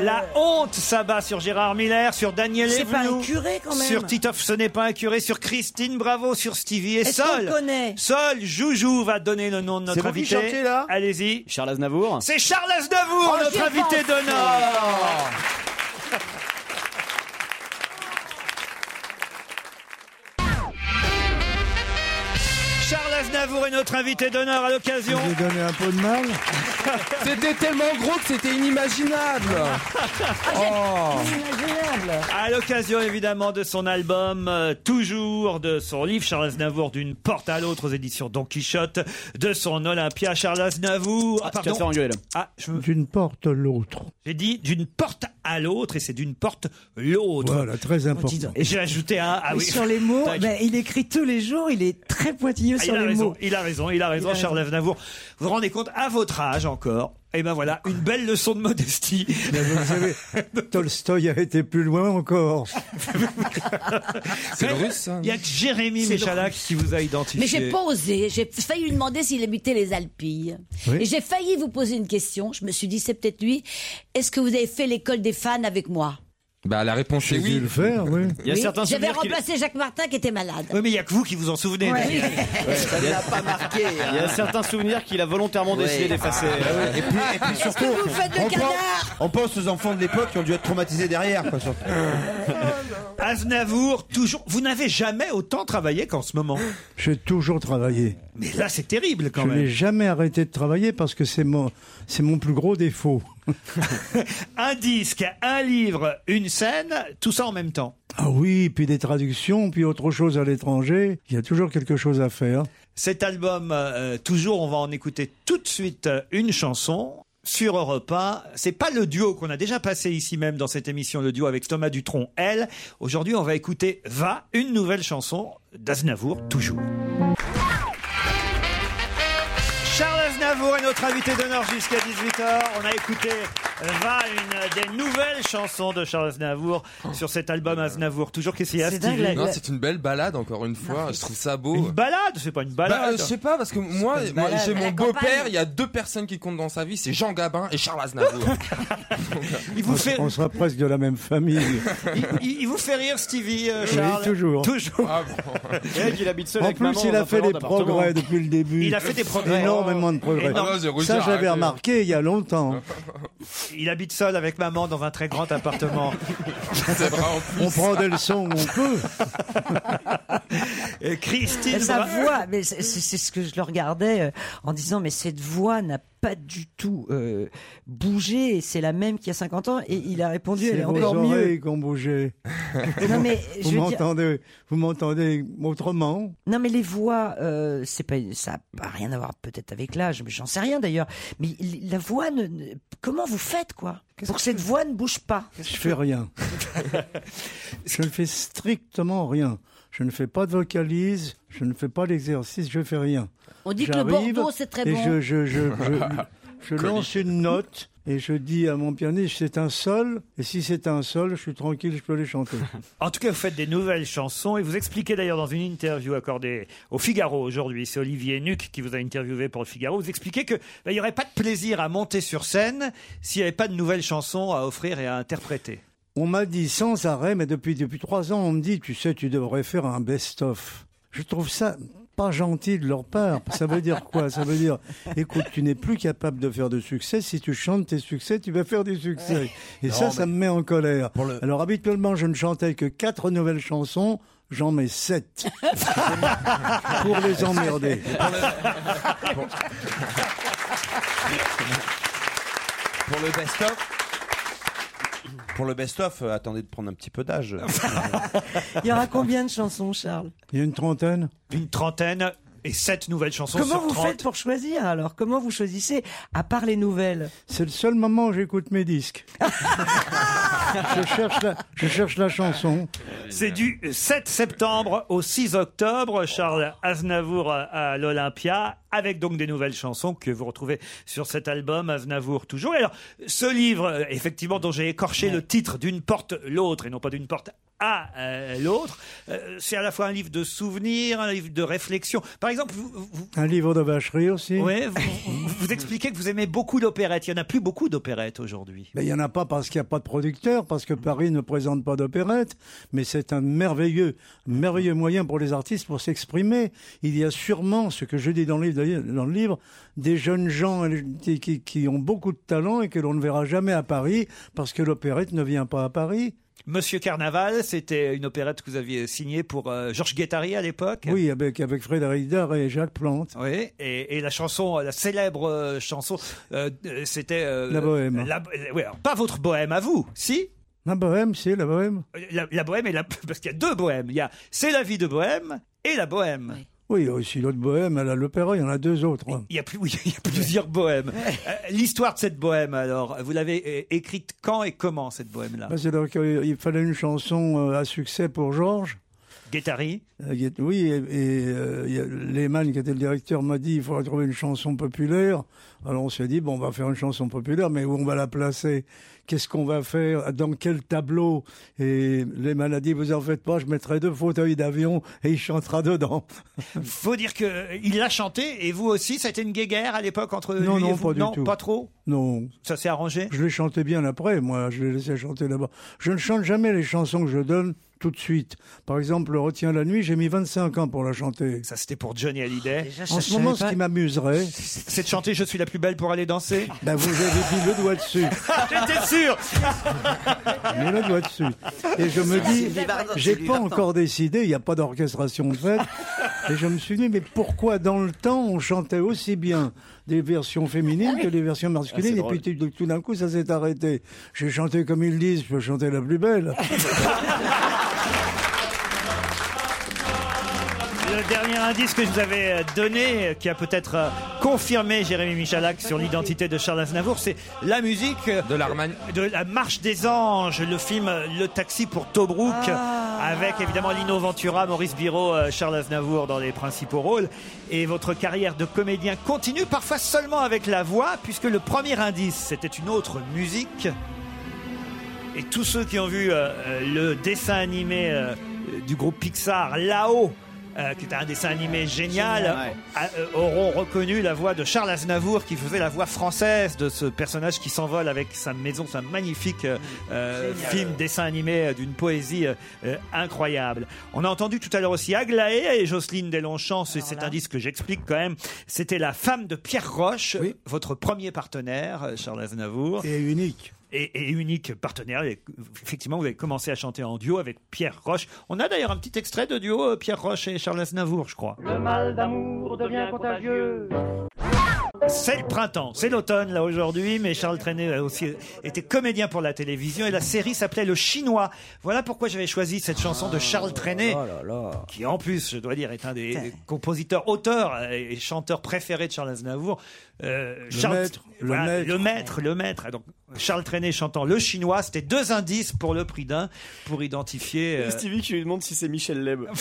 E: La honte s'abat sur Gérard Miller, sur Daniel
R: C'est pas
E: Evlou,
R: un curé, quand même.
E: Sur Titoff, ce n'est pas un curé, sur Christine Bravo, sur Stevie et
R: Est-ce qu'on
E: seul.
R: le connaît
E: Seul Joujou va donner le nom de
O: C'est
E: notre
O: vous qui
E: invité.
O: chantez, là
E: Allez-y.
O: Charles Aznavour
E: C'est Charles Aznavour,
O: Oh, j'y
E: notre invité
O: pensais.
E: d'honneur. Charles Aznavour est notre invité d'honneur à l'occasion.
S: J'ai donné un peu de mal.
I: C'était tellement gros que c'était inimaginable. Oh.
E: À l'occasion évidemment de son album, euh, toujours de son livre Charles Aznavour d'une porte à l'autre aux éditions Don Quichotte, de son Olympia Charles Aznavour. Ah,
S: tu vas te faire engueuler, là.
E: Ah, je me-
S: D'une porte à l'autre.
E: j'ai dit d'une porte à l'autre et c'est d'une porte l'autre. Oh,
S: Voilà, très important.
E: Et j'ai ajouté un. Ah
F: Et
E: oui.
F: Sur les mots,
E: Tac.
F: ben, il écrit tous les jours, il est très pointilleux
E: Ah,
F: sur
E: il a
F: les
E: raison,
F: mots.
E: il a raison, il a raison,
F: Il a
E: Charles Aznavour. Vous vous rendez compte, à votre âge encore, et ben voilà, une belle leçon de modestie.
S: Mais vous savez, Tolstoï a été plus loin encore.
E: C'est hein. Il y a que Jérémy
S: C'est le
E: Michalak qui vous a identifié.
C: Mais j'ai pas osé. J'ai failli lui demander s'il habitait les Alpilles.
E: Oui.
C: Et j'ai failli vous poser une question. Je me suis dit, c'est peut-être lui. Est-ce que vous avez fait l'école des fans avec moi
I: Bah la réponse est oui.
S: le faire, oui.
I: Il y a
C: Oui,
I: certains
C: J'avais
I: souvenirs qu'il-
C: remplacé Jacques Martin qui était malade.
E: Oui, mais il y a que vous qui vous en souvenez.
C: Ouais.
E: Daniel.
O: Ça ne l'a pas marqué. hein. Il y a certains souvenirs qu'il a volontairement décidé d'effacer.
E: Bah
J: Ah, Et puis, et puis surtout, on, pense, on pense aux enfants de l'époque qui ont dû être traumatisés derrière. Quoi, surtout.
E: Ah. Bah, Aznavour, toujours. Vous n'avez jamais autant travaillé qu'en ce moment.
S: J'ai toujours travaillé.
E: Mais là, c'est terrible quand
S: je n'ai
E: même.
S: jamais arrêté de travailler parce que c'est mon, c'est mon plus gros défaut.
E: Un disque, un livre, une scène, tout ça en même temps.
S: Ah oui, puis des traductions, puis autre chose à l'étranger. Il y a toujours quelque chose à faire.
E: Cet album, euh, toujours, on va en écouter tout de suite euh, une chanson. Sur Europe 1, c'est pas le duo qu'on a déjà passé ici même dans cette émission, le duo avec Thomas Dutronc, elle. Aujourd'hui, on va écouter Va, une nouvelle chanson d'Aznavour, toujours. Charles Aznavour est notre invité d'honneur jusqu'à 18h. On a écouté Va, une des nouvelles chansons de Charles Aznavour sur cet album Aznavour, toujours qu'est-ce qu'il y a, Stevie
I: Non, c'est une belle balade encore une fois. Je trouve ça beau.
E: Une balade, c'est pas une balade.
I: Bah, euh, je sais pas parce que moi,
E: C'est pas une
I: moi,
E: balade.
I: j'ai
E: La
I: mon
E: campagne.
I: beau-père. Il y a deux personnes qui comptent dans sa vie, c'est Jean Gabin et Charles Aznavour.
E: Il
S: on, on sera presque de la même famille.
E: Il, il vous fait rire, Stevie, euh,
S: Oui,
E: Charles
S: toujours.
E: Toujours.
O: il habite seul
S: En
O: avec
S: plus,
O: maman
S: il
O: dans
S: a
O: un
S: fait des
O: grand appartement.
S: progrès depuis le début.
E: Il a fait des progrès.
S: Énormément de progrès.
E: Énorme. Ah, zéro,
S: Ça,
E: j'ai
S: j'avais
E: arrêté.
S: remarqué il y a longtemps.
E: Il habite seul avec maman dans un très grand appartement.
S: On prend des leçons où on peut.
E: Et Euh, Christine,
F: Mais sa
E: Bra-
F: voix, mais c'est c'est- c'est ce que je le regardais euh, en disant, mais cette voix n'a pas du tout euh, bougé. C'est la même qu'il y a 50 ans. Et il a répondu, elle
S: C'est
F: est
S: vos
F: encore
S: oreilles
F: mieux.
S: qui ont bougé.
F: Non, mais je
S: vous
F: veux dire-
S: m'entendez, vous m'entendez autrement.
F: Non, mais les voix, euh, c'est pas, ça n'a rien à voir peut-être avec l'âge, mais j'en sais rien d'ailleurs. Mais il- la voix, ne, ne- comment vous faites quoi pour que cette voix ne bouge pas
S: Je fais rien. je ne fais strictement rien. Je ne fais pas de vocalise, je ne fais pas d'exercice, je fais rien.
C: On dit que le
S: J'arrive
C: Bordeaux, c'est très
S: et
C: bon.
S: Je, je, je, je- je lance une note et je dis à mon pianiste, c'est un sol, et si c'est un sol, je suis tranquille, je peux les chanter.
E: En tout cas, vous faites des nouvelles chansons et vous expliquez d'ailleurs dans une interview accordée au Figaro aujourd'hui, c'est Olivier Nuc qui vous a interviewé pour le Figaro, vous expliquez que bah, il n'y aurait pas de plaisir à monter sur scène s'il n'y avait pas de nouvelles chansons à offrir et à interpréter.
S: On m'a dit sans arrêt, mais depuis, depuis trois ans, on me dit, tu sais, tu devrais faire un best-of. Je trouve ça pas gentil de leur part. Ça veut dire quoi Ça veut dire, écoute, tu n'es plus capable de faire de succès. Si tu chantes tes succès, tu vas faire du succès. Et
J: Non,
S: ça, ça
J: mais-
S: me met en colère.
J: le-
S: Alors habituellement, je ne chantais que quatre nouvelles chansons. J'en mets sept. pour les emmerder.
J: Pour le best-of. Pour le best-of, euh, attendez de prendre un petit peu d'âge.
F: Il y aura combien de chansons, Charles
S: Il y a une trentaine
E: Une trentaine et sept nouvelles chansons
F: Comment
E: sur
F: vous
E: 30.
F: faites pour choisir alors Comment vous choisissez à part les nouvelles
S: C'est le seul moment où j'écoute mes disques. je, cherche la, je cherche la chanson.
E: C'est du 7 septembre au 6 octobre, Charles Aznavour à l'Olympia. avec donc des nouvelles chansons que vous retrouvez sur cet album Aznavour toujours. Et alors, ce livre, euh, effectivement, dont j'ai écorché le titre d'une porte l'autre et non pas d'une porte à euh, l'autre, euh, c'est à la fois un livre de souvenirs, un livre de réflexion. Par exemple, vous, vous-
S: Un livre de vacherie aussi.
E: ouais, vous- vous expliquez que vous aimez beaucoup l'opérette. Il n'y en a plus beaucoup d'opérettes aujourd'hui.
S: Mais il n'y en a pas parce qu'il n'y a pas de producteur, parce que Paris ne présente pas d'opérette, mais c'est un merveilleux, merveilleux moyen pour les artistes pour s'exprimer. Il y a sûrement, ce que je dis dans le livre, d'ailleurs, dans le livre des jeunes gens euh, qui, qui- qui ont beaucoup de talent et que l'on ne verra jamais à Paris parce que l'opérette ne vient pas à Paris.
E: Monsieur Carnaval, c'était une opérette que vous aviez signée pour euh, Georges Guettari à l'époque.
S: Oui, avec, avec Frédéric Dard et Jacques Plante.
E: Oui, et, et la chanson, la célèbre euh, chanson, euh, euh, c'était... euh,
S: La Bohème.
E: la- euh, oui, alors, pas votre Bohème à vous, si
S: La bohème, si, la bohème.
E: Euh, la, la Bohème et la... Parce qu'il y a deux Bohèmes. Il y a C'est la vie de Bohème et la Bohème.
S: Oui, il y a aussi l'autre bohème, à l'opéra, il y en a deux autres.
E: Il y a, plus, oui, il y a plusieurs Bohèmes. Euh, L'histoire de cette Bohème, alors, vous l'avez euh, écrite quand et comment, cette Bohème-là
S: Bah, c'est donc, euh, il fallait une chanson euh, à succès pour Georges.
E: Guettari
S: Euh, il y a- Oui, et, et, euh, il y a- Lehmann, qui était le directeur, m'a dit il faudrait trouver une chanson populaire. Alors on s'est dit bon, on va faire une chanson populaire, mais où on va la placer Qu'est-ce qu'on va faire Dans quel tableau Et Lehmann a dit vous en faites pas, je mettrai deux fauteuils d'avion et il chantera dedans.
E: Faut dire que euh, il l'a chanté et vous aussi, c'était une guéguerre à l'époque entre
S: Non,
E: lui et
S: non,
E: vous
S: pas du
E: Non,
S: tout.
E: pas trop
S: Non.
E: Ça s'est arrangé
S: Je l'ai chanté bien après, moi. Je l'ai laissé chanter d'abord. Je ne chante jamais les chansons que je donne tout de suite. Par exemple, Retiens la nuit, j'ai mis 25 ans pour la chanter.
E: Ça, c'était pour Johnny Hallyday.
S: en ce moment, ce qui m'amuserait,
E: C'est de chanter Je suis la plus belle pour aller danser
S: ben vous avez dit le doigt dessus.
E: J'étais sûr
S: Mais le doigt dessus. Et je me
E: C'est
S: dis,
E: Sylvie Vartan,
S: j'ai
E: Sylvie
S: pas
E: Vartan.
S: encore décidé, il n'y a pas d'orchestration de fait. Et je me suis dit, mais pourquoi dans le temps on chantait aussi bien des versions féminines que des versions masculines
H: drôle.
S: Et puis tout- tout d'un coup, ça s'est arrêté. J'ai chanté comme ils disent, je peux chanter la plus belle.
E: Le dernier indice que je vous avais euh, donné, qui a peut-être euh, confirmé Jérémy Michalak sur l'identité de Charles Aznavour, c'est la musique euh, de la marche des anges, le film euh, Le taxi pour Tobruk, avec évidemment Lino Ventura, Maurice Biro, euh, Charles Aznavour dans les principaux rôles. Et votre carrière de comédien continue parfois seulement avec la voix, puisque le premier indice, c'était une autre musique. Et tous ceux qui ont vu euh, euh, le dessin animé euh, euh, du groupe Pixar, Là-haut, euh, qui est un dessin animé génial,
H: Ah, Génial, ouais.
E: a- euh, auront reconnu la voix de Charles Aznavour qui faisait la voix française de ce personnage qui s'envole avec sa maison, c'est un magnifique euh, euh,
H: Génial.
E: film, dessin animé euh, d'une poésie euh, euh, incroyable. On a entendu tout à l'heure aussi Aglaé et Jocelyne Delonchamp, c'est cet indice que j'explique quand même, c'était la femme de Pierre Roche, votre premier partenaire, euh, Charles Aznavour.
S: Et unique.
E: Et, et unique partenaire. Et Effectivement, vous avez commencé à chanter en duo avec Pierre Roche. On a d'ailleurs un petit extrait de duo euh, Pierre Roche et Charles Aznavour, je crois.
M: Le mal d'amour devient contagieux.
E: C'est le printemps, c'est l'automne là aujourd'hui, mais Charles Trenet a aussi était comédien pour la télévision et la série s'appelait Le Chinois. Voilà pourquoi j'avais choisi cette chanson de Charles Trenet,
S: Oh
E: qui en plus, je dois dire, est un des des compositeurs, auteurs et et chanteurs préférés de Charles Aznavour. Euh,
S: maître, le
E: voilà,
S: maître.
E: le maître, le maître. Ah, Donc Charles Trenet chantant Le Chinois, c'était deux indices pour le prix d'un pour identifier. euh,
H: Stevie qui lui demande si c'est Michel Leb.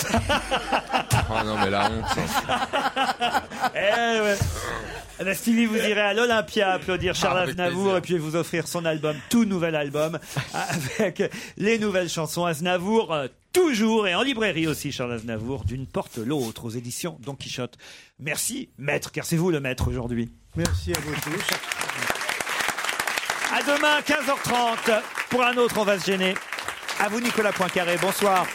I: Ah non, mais la honte.
E: Eh ouais. Eh ben, Stevie, vous irez à l'Olympia applaudir Charles
H: Ah, avec
E: Aznavour et puis vous offrir son album, tout nouvel album, avec les nouvelles chansons Aznavour, euh, toujours et en librairie aussi, Charles Aznavour, d'une porte l'autre aux éditions Don Quichotte. Merci, maître, car c'est vous le maître aujourd'hui.
S: Merci à vous tous.
E: À demain, 15h30, pour un autre On va se gêner. À vous, Nicolas Poincaré. Bonsoir.